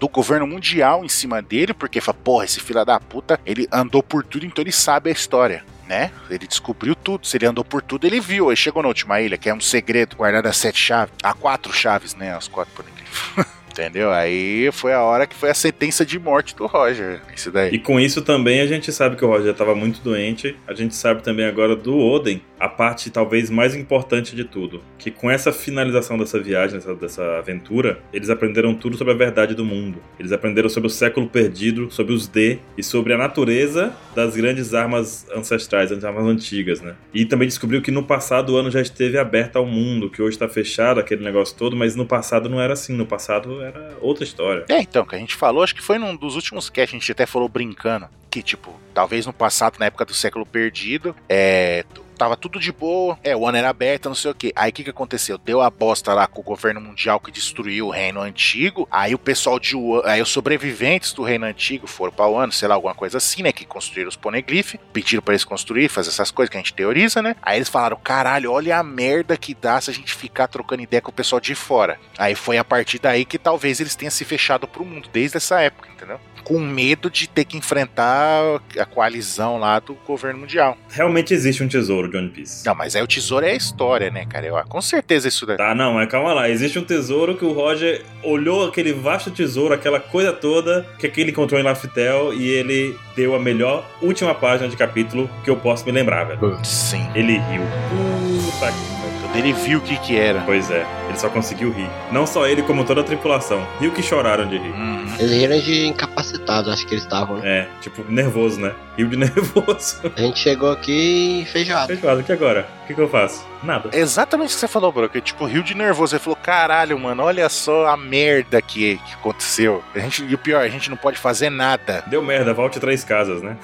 do governo mundial em cima dele, porque fala, porra, esse fila da puta, ele andou por tudo, então ele sabe a história. Né? Ele descobriu tudo. Se ele andou por tudo, ele viu. Ele chegou na última ilha, que é um segredo guardado a sete chaves. A quatro chaves, né? As quatro por ninguém. <laughs> Entendeu? Aí foi a hora que foi a sentença de morte do Roger. Esse daí. E com isso também a gente sabe que o Roger estava muito doente. A gente sabe também agora do Oden, a parte talvez mais importante de tudo. Que com essa finalização dessa viagem, dessa, dessa aventura, eles aprenderam tudo sobre a verdade do mundo. Eles aprenderam sobre o século perdido, sobre os D e sobre a natureza das grandes armas ancestrais, as armas antigas, né? E também descobriu que no passado o ano já esteve aberto ao mundo, que hoje está fechado aquele negócio todo, mas no passado não era assim. No passado era outra história. É, então, que a gente falou, acho que foi num dos últimos que a gente até falou brincando, que, tipo, talvez no passado, na época do século perdido, é. t- Tava tudo de boa, é, o ano era aberto, não sei o quê. Aí o que, que aconteceu? Deu a bosta lá com o governo mundial que destruiu o reino antigo. Aí o pessoal de Wuhan, aí os sobreviventes do reino antigo foram pra Wuhan, sei lá, alguma coisa assim, né? Que construíram os poneglyph, pediram pra eles construir, fazer essas coisas que a gente teoriza, né? Aí eles falaram: caralho, olha a merda que dá se a gente ficar trocando ideia com o pessoal de fora. Aí foi a partir daí que talvez eles tenham se fechado pro mundo desde essa época, entendeu? Com medo de ter que enfrentar a coalizão lá do governo mundial. Realmente existe um tesouro de One Piece. Não, mas aí o tesouro é a história, né, cara? Eu, ah, com certeza isso daí. Tá, não, mas calma lá. Existe um tesouro que o Roger olhou aquele vasto tesouro, aquela coisa toda que aquele encontrou em Laftel e ele deu a melhor última página de capítulo que eu posso me lembrar, velho. Sim. Ele riu. Puta que pariu. Quando ele viu o que que era. Pois é, ele só conseguiu rir. Não só ele, como toda a tripulação. Riu que choraram de rir. Hum, Eles riram de incapacitado, acho que eles estavam. né? É, tipo, nervoso, né? Riu de <laughs> nervoso. A gente chegou aqui e feijoada. Feijoada, o que agora? O que, que eu faço? Nada. É Exatamente o que você falou, bro. Que tipo, riu de nervoso. Ele falou: caralho, mano, olha só a merda que, que aconteceu. A gente, e o pior, a gente não pode fazer nada. Deu merda, volte três casas, né?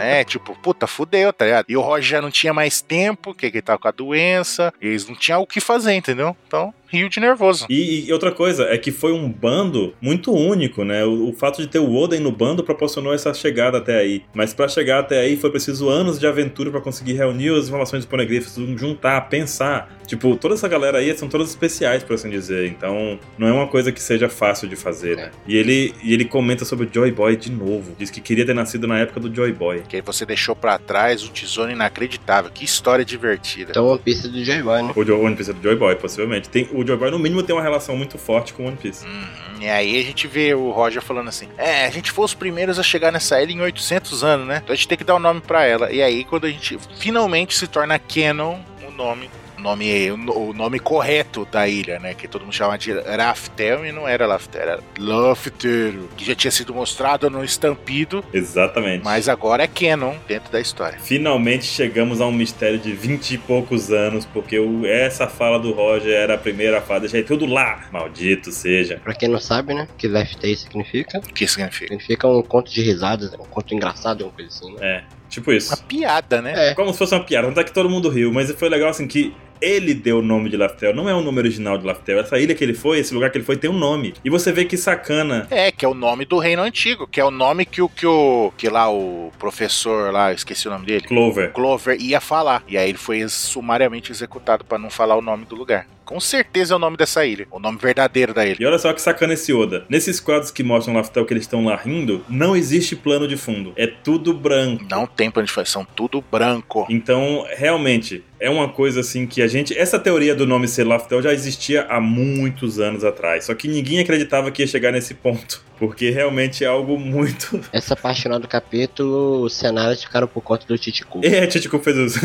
É, tipo, puta, fudeu, tá ligado? E o Roger já não tinha mais tempo, que ele tava com a doença, e eles não tinham o que fazer, entendeu? Então, riu de nervoso. E, e outra coisa é que foi um bando muito único, né? O, o fato de ter o Oden no bando proporcionou essa chegada até aí. Mas pra chegar até aí foi preciso anos de aventura pra conseguir reunir as informações dos poneglyphs, um, juntar, pensar. Tipo, toda essa galera aí são todas especiais, por assim dizer. Então, não é uma coisa que seja fácil de fazer, né? E ele, e ele comenta sobre o Joy Boy de novo. Diz que queria ter nascido na época do Joy Boy. Que aí você deixou pra trás um tesouro inacreditável. Que história divertida. Então One Piece do J-Boy, né? O Jo- One Piece é do Joy Boy, possivelmente. Tem, o Joy Boy, no mínimo, tem uma relação muito forte com o One Piece. Uhum. E aí a gente vê o Roger falando assim: É, a gente foi os primeiros a chegar nessa ilha em 800 anos, né? Então a gente tem que dar o nome pra ela. E aí, quando a gente finalmente se torna Canon, o nome. o Nome, o nome correto da ilha, né? Que todo mundo chama de Raftel e não era Raftel, era Lafteiro, que já tinha sido mostrado no Estampido, Exatamente. mas agora é Canon dentro da história. Finalmente chegamos a um mistério de vinte e poucos anos, porque o- essa fala do Roger era a primeira fala, deixei tudo lá, maldito seja. Pra quem não sabe, né? O que Left Day significa? O que significa? Significa um conto de risadas, né, um conto engraçado, uma coisa assim, né? É, tipo isso. Uma piada, né? É. Como se fosse uma piada, tanto é que todo mundo riu, mas foi legal assim que ele deu o nome de Laftel, não é o nome original de Laftel, é essa ilha que ele foi, esse lugar que ele foi tem um nome. E você vê que sacana. É, que é o nome do reino antigo, que é o nome que o que o que lá o professor lá, eu esqueci o nome dele, Clover. Clover ia falar. E aí ele foi sumariamente executado pra não falar o nome do lugar. Com certeza é o nome dessa ilha, o nome verdadeiro da ilha. E olha só que sacana esse Oda. Nesses quadros que mostram Laftel que eles estão lá rindo, não existe plano de fundo. É tudo branco. Não tem plano de fundo, são tudo branco. Então, realmente, é uma coisa assim que a gente. Essa teoria do nome ser Laftel já existia há muitos anos atrás. Só que ninguém acreditava que ia chegar nesse ponto. <laughs> Porque realmente é algo muito. <laughs> Essa parte final do capítulo, os cenários ficaram por conta do <laughs> Titicu. É, a Titico fez isso. <laughs>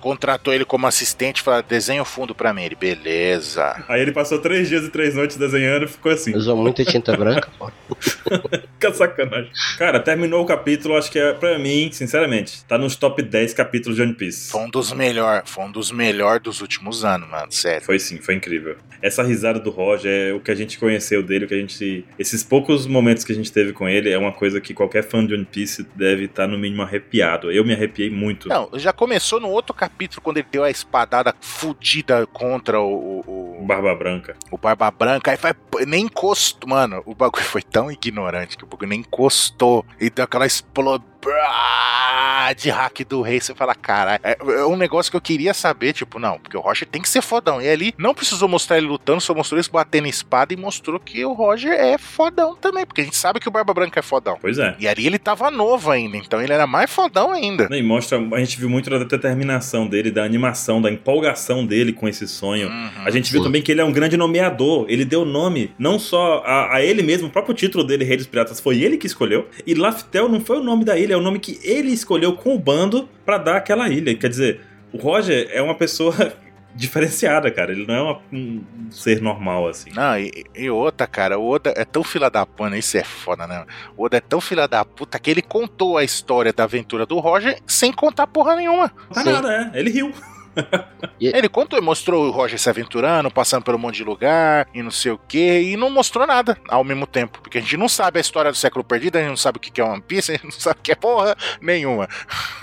Contratou ele como assistente, falou: desenha o fundo pra mim. Ele, beleza. Aí ele passou três dias e três noites desenhando e ficou assim. <laughs> Usou muita tinta branca, pô. Que sacanagem. Cara, terminou o capítulo, acho que é, pra mim, sinceramente, tá nos top 10 capítulos de One Piece. Foi um dos melhores, foi um dos melhores dos últimos anos, mano, sério. Foi sim, foi incrível. Essa risada do Roger é o que a gente conheceu dele, o que a gente. Esses poucos momentos que a gente teve com ele é uma coisa que qualquer fã de One Piece deve estar no mínimo arrepiado. Eu me arrepiei muito. Não, já começou no outro capítulo quando ele deu a espadada fudida contra o- o- o Barba Branca. O Barba Branca, aí faz. Nem encostou. Mano, o bagulho foi tão ignorante que o bagulho nem encostou. E deu aquela explosão brá, de hack do rei. Você fala, caralho. É, é um negócio que eu queria saber, tipo, não, porque o Roger tem que ser fodão. E ali não precisou mostrar ele lutando, só mostrou eles batendo espada e mostrou que o Roger é fodão também. Porque a gente sabe que o Barba Branca é fodão. Pois é. E ali ele tava novo ainda, então ele era mais fodão ainda. E mostra, a gente viu muito da determinação dele, da animação, da empolgação dele com esse sonho. Uhum. A gente viu Sim. também que ele é um grande nomeador. Ele deu nome não só a, a ele mesmo, o próprio título dele, Rei dos Piratas, foi ele que escolheu. E Laftel não foi o nome da ilha, é o nome que ele escolheu com o bando pra dar aquela ilha. Quer dizer, o Roger é uma pessoa <laughs> diferenciada, cara. Ele não é uma- um ser normal assim. Não, e, e outra, cara, o Oda é tão fila da pana, isso é foda, né? O Oda é tão fila da puta que ele contou a história da aventura do Roger sem contar porra nenhuma. Não tá Sim. nada, é. Ele riu. Ele contou e mostrou o Roger se aventurando, passando por um monte de lugar e não sei o que, e não mostrou nada ao mesmo tempo. Porque a gente não sabe a história do século perdido, a gente não sabe o que que é One Piece, <laughs> a gente não sabe o que é porra nenhuma.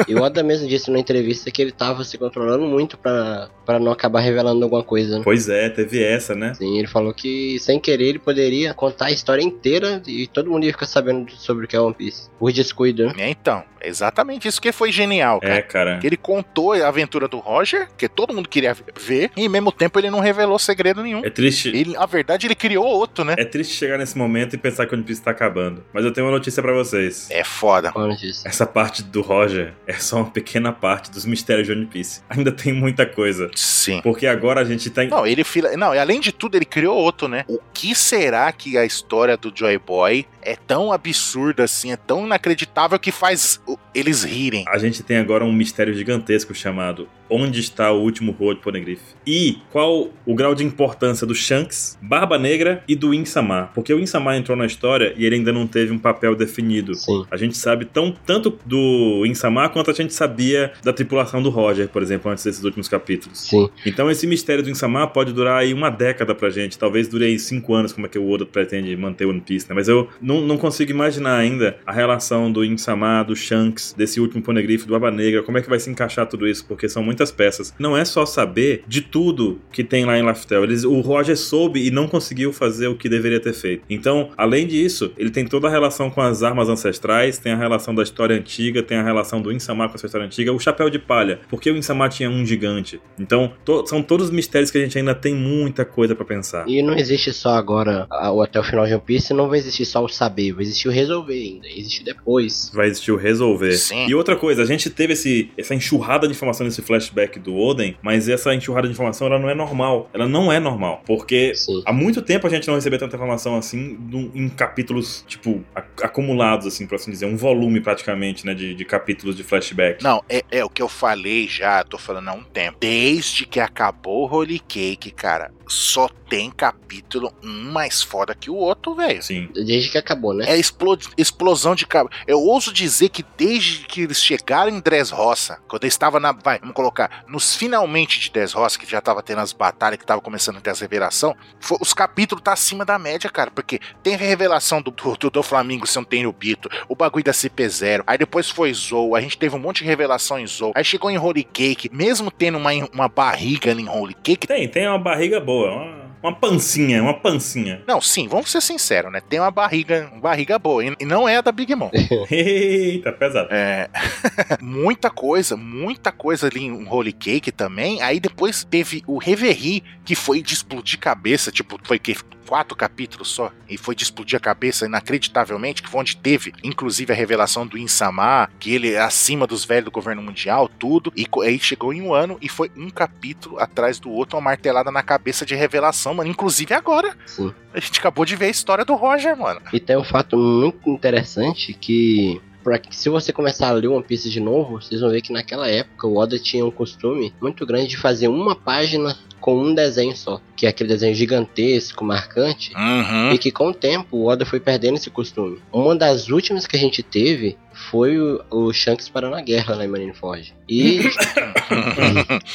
E o Oda mesmo disse na entrevista que ele tava se controlando muito pra, pra não acabar revelando alguma coisa, né? Pois é, teve essa, né? Sim, ele falou que sem querer ele poderia contar a história inteira e todo mundo ia ficar sabendo sobre o que é One Piece. Por descuido, né? É, Então, é exatamente isso que foi genial, cara. É, cara. Que ele contou a aventura do Roger, que todo mundo queria ver, e ao mesmo tempo ele não revelou segredo nenhum. É triste. Ele, a verdade, ele criou outro, né? É triste chegar nesse momento e pensar que o One Piece tá acabando. Mas eu tenho uma notícia pra vocês. É foda. Qual notícia? Essa parte do Roger é só uma pequena parte dos mistérios de One Piece. Ainda tem muita coisa. Sim. Porque agora a gente tá em... Não, ele fila... Não, e além de tudo, ele criou outro, né? O que será que a história do Joy Boy é tão absurda assim, é tão inacreditável que faz o- eles rirem? A gente tem agora um mistério gigantesco chamado Onde está o último Road Poneglyph? E qual o grau de importância do Shanks, Barba Negra e do Insamar? Porque o Insamar entrou na história e ele ainda não teve um papel definido. Sim. A gente sabe tão, tanto do Insamar quanto a gente sabia da tripulação do Roger, por exemplo, antes desses últimos capítulos. Sim. Então esse mistério do Insamar pode durar aí uma década pra gente, talvez dure aí cinco anos, como é que o Oda pretende manter One Piece, né? Mas eu não, não consigo imaginar ainda a relação do Insamar, do Shanks, desse último Poneglyph, do Barba Negra, como é que vai se encaixar tudo isso, porque são muitas peças. Não é só saber de tudo que tem lá em Laftel. Eles, o Roger soube e não conseguiu fazer o que deveria ter feito. Então, além disso, ele tem toda a relação com as armas ancestrais, tem a relação da história antiga, tem a relação do Insamar com essa história antiga, o chapéu de palha, porque o Insamar tinha um gigante. Então, to- são todos os mistérios que a gente ainda tem muita coisa pra pensar. E não existe só agora a- ou até o final de One Piece, não vai existir só o saber, vai existir o resolver ainda, existe depois. Vai existir o resolver. Sim. E outra coisa, a gente teve esse, essa enxurrada de informação nesse flashback do Oden, mas essa enxurrada de informação ela não é normal. Ela não é normal. Porque Sim. Há muito tempo a gente não recebia tanta informação assim num- em capítulos, tipo, ac- acumulados, assim, por assim dizer. Um volume, praticamente, né, de, de capítulos de flashback. Não, é, é o que eu falei já, tô falando há um tempo. Desde que acabou o Holy Cake, cara, só tem capítulo um mais foda que o outro, velho. Sim. Desde que acabou, né? É explo- explosão de cabo. Eu ouso dizer que desde que eles chegaram em Dressrosa, quando eu estava na. Vai, vamos colocar. Nos finalmente de Dressrosa, que já tava tendo as batalhas, que tava começando a ter as revelação, fo- os capítulos tá acima da média, cara. Porque tem revelação do, do, do, Flamengo se não tem o Bito, o bagulho da CP0. Aí depois foi Zou, a gente teve um monte de revelação em Zou. Aí chegou em Holy Cake, mesmo tendo uma, en- uma barriga ali em Holy Cake. Tem, tem uma barriga boa, uma, uma pancinha, uma pancinha. Não, sim, vamos ser sinceros, né? Tem uma barriga, uma barriga boa, e e não é a da Big Mom. Eita, pesado. É, <laughs> muita coisa, muita coisa ali em Holy Cake também. Aí depois teve o Reverie, que foi de explodir cabeça, tipo, foi que quatro capítulos só, e foi de explodir a cabeça inacreditavelmente, que foi onde teve, inclusive, a revelação do Insamar, que ele é acima dos velhos do governo mundial, tudo, e co- aí chegou em um ano e foi um capítulo atrás do outro, uma martelada na cabeça de revelação, mano, inclusive agora. Sim. A gente acabou de ver a história do Roger, mano. E tem um fato muito interessante que, pra, que se você começar a ler One Piece de novo, vocês vão ver que naquela época o Oda tinha um costume muito grande de fazer uma página com um desenho só, que é aquele desenho gigantesco, marcante. Uhum. E que com o tempo o Oda foi perdendo esse costume. Uma das últimas que a gente teve foi o, o Shanks parando a guerra lá em Marineford. E,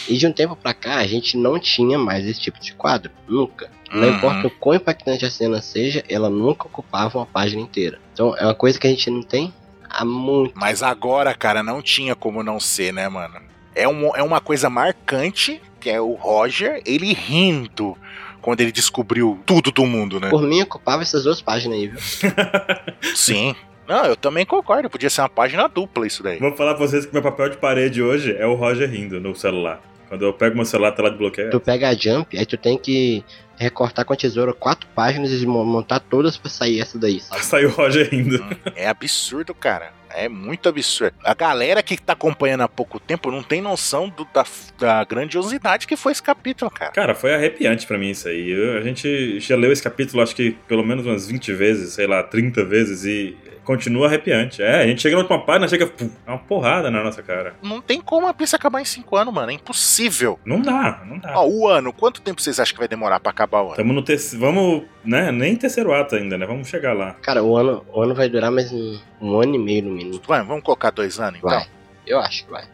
e de um tempo pra cá a gente não tinha mais esse tipo de quadro. Nunca. <laughs> Não importa o quão impactante a cena seja, ela nunca ocupava uma página inteira. Então é uma coisa que a gente não tem há muito. Mas agora, cara, não tinha como não ser, né, mano? É, um, é uma coisa marcante, que é o Roger, ele rindo quando <laughs> É. ele descobriu tudo do mundo, né? Por mim, ocupava essas duas páginas aí, viu? Sim. Não, eu também concordo. Podia ser uma página dupla isso <laughs> daí. Vou falar pra vocês que meu papel de parede hoje é o Roger rindo no celular. Quando eu pego meu celular, tá lá de bloqueio. <laughs> Tu pega a jump, aí tu tem que recortar com a tesoura quatro páginas e mo- montar todas pra sair essa daí, sabe? Saiu o Roger rindo. É absurdo, cara. É muito absurdo. A galera que tá acompanhando há pouco tempo não tem noção do- da, da grandiosidade que foi esse capítulo, cara. Cara, foi arrepiante pra mim isso aí. Eu- a gente já leu esse capítulo, acho que pelo menos umas 20 vezes, sei lá, 30 vezes, e continua arrepiante. É, a gente chega na última página, chega. pum, é uma porrada na nossa cara. Não tem como a pista acabar em cinco anos, mano. É impossível. Não dá, não dá. Ó, o ano, quanto tempo vocês acham que vai demorar pra acabar o ano? Tamo no terceiro. Vamos, né? Nem terceiro ato ainda, né? Vamos chegar lá. Cara, o ano, o ano vai durar mais um, um ano e meio no mínimo. Vai, vamos colocar dois anos então? Vai. Eu acho que vai.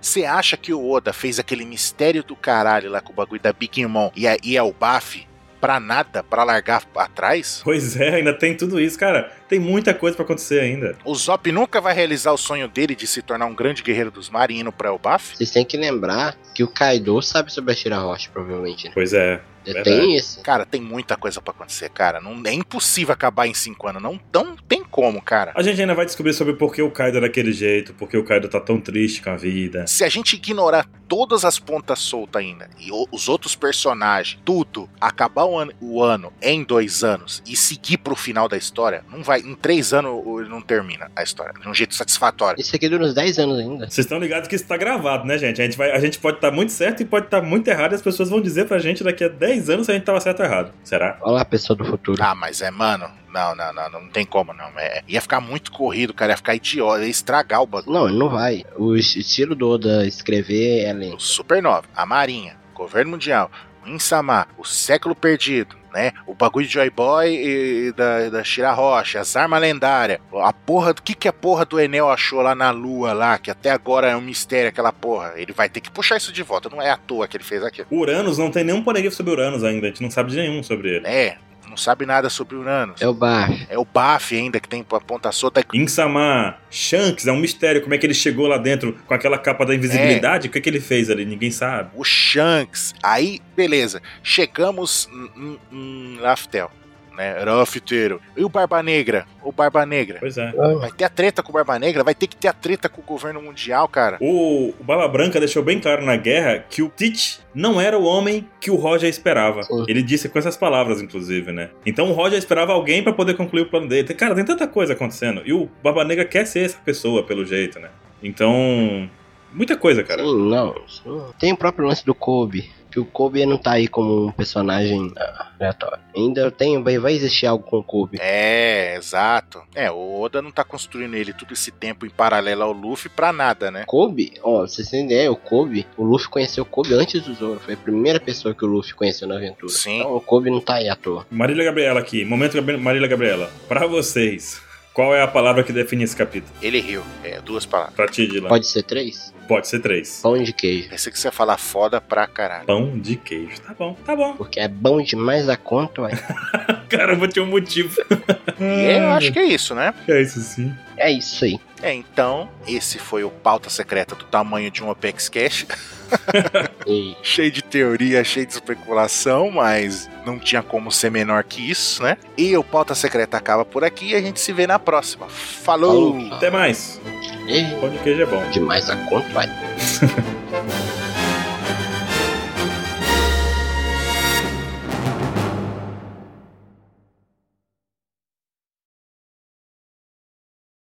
Você acha que o Oda fez aquele mistério do caralho lá com o bagulho da Big Mom e aí é o Baf pra nada, pra largar pra trás? Pois é, ainda tem tudo isso, cara. Tem muita coisa pra acontecer ainda. O Zop nunca vai realizar o sonho dele de se tornar um grande guerreiro dos mares e indo pra o Baf? Vocês têm que lembrar que o Kaido sabe sobre a Shira Rocha, provavelmente, né? Pois é. Verdade. Tem isso. Cara, tem muita coisa pra acontecer, cara. Não é impossível acabar em cinco anos, não, não tem como, cara. A gente ainda vai descobrir sobre por que o Kaido é daquele jeito, por que o Kaido tá tão triste com a vida. Se a gente ignorar todas as pontas soltas ainda e o- os outros personagens, tudo, acabar o ano, o ano em dois anos e seguir pro final da história, não vai. Em três anos o- ele não termina a história de um jeito satisfatório. Isso aqui dura uns 10 anos ainda. Vocês estão ligados que isso tá gravado, né, gente? A gente, vai, a gente pode estar muito certo e pode estar muito errado, e as pessoas vão dizer pra gente daqui a 10 anos se a gente tava certo ou errado. Será? Olha lá a pessoa do futuro. Ah, mas é, mano, não, não, não, não tem como, não. É, ia ficar muito corrido, cara, ia ficar idiota, ia estragar o bagulho. Não, ele não vai. O estilo do Oda escrever é lento. Supernova, a Marinha, Governo Mundial, o Insama, o Século Perdido, né? O bagulho de Joy Boy e, e da, da Shira Rocha, as armas lendárias, a porra do que, que a porra do Enel achou lá na Lua, lá, que até agora é um mistério aquela porra. Ele vai ter que puxar isso de volta, não é à toa que ele fez aquilo. Uranus não tem nenhum ponegrifo sobre Uranus ainda, a gente não sabe de nenhum sobre ele. É, não sabe nada sobre Uranus. É o bar. É o Baf ainda que tem a ponta solta. Insama, Shanks, é um mistério como é que ele chegou lá dentro com aquela capa da invisibilidade, o que, que ele fez ali, ninguém sabe. o Shanks. Aí, beleza. Chegamos em, em, em Raftel, né? Rafteiro. E o Barba Negra? O Barba Negra. Pois é. Vai ter a treta com o Barba Negra? Vai ter que ter a treta com o governo mundial, cara. O, o Baba Branca deixou bem claro na guerra que o Tite não era o homem que o Roger esperava. Sim. Ele disse com essas palavras, inclusive, né? Então o Roger esperava alguém pra poder concluir o plano dele. Cara, tem tanta coisa acontecendo. E o Baba Negra quer ser essa pessoa, pelo jeito, né? Então. Muita coisa, cara. Sim, Hum, não. isso- Tem o próprio lance do Kobe. Que o Kobe não tá aí como um personagem ah, aleatório. Ainda tem, vai, vai existir algo com o Kobe. É, exato. É, o Oda não tá construindo ele todo esse tempo em paralelo ao Luffy pra nada, né? Kobe, ó, pra vocês têm ideia, o Kobe, o Luffy conheceu o Kobe antes do Zoro. Foi a primeira pessoa que o Luffy conheceu na aventura. Sim. Então o Kobe não tá aí à toa. Marília Gabriela aqui. Momento Gabri- Marília Gabriela. Pra vocês, qual é a palavra que define esse capítulo? Ele riu. É, duas palavras. Pra ti, Dylan. Pode ser três? Pode ser três. Pão de queijo. Pensei que você ia falar foda pra caralho. Pão de queijo. Tá bom, tá bom. Porque é bom demais a conta, ué. Caramba, tinha um motivo. E é, eu acho que é isso, né? É isso sim. É isso aí. É, então, esse foi o pauta secreta do tamanho de um Apex Cash. E <laughs> cheio de teoria, cheio de especulação, mas não tinha como ser menor que isso, né? E o Pauta Secreta acaba por aqui e a gente se vê na próxima. Falou. Falou. Até mais. e Pão de queijo é bom. demais a conta, ué.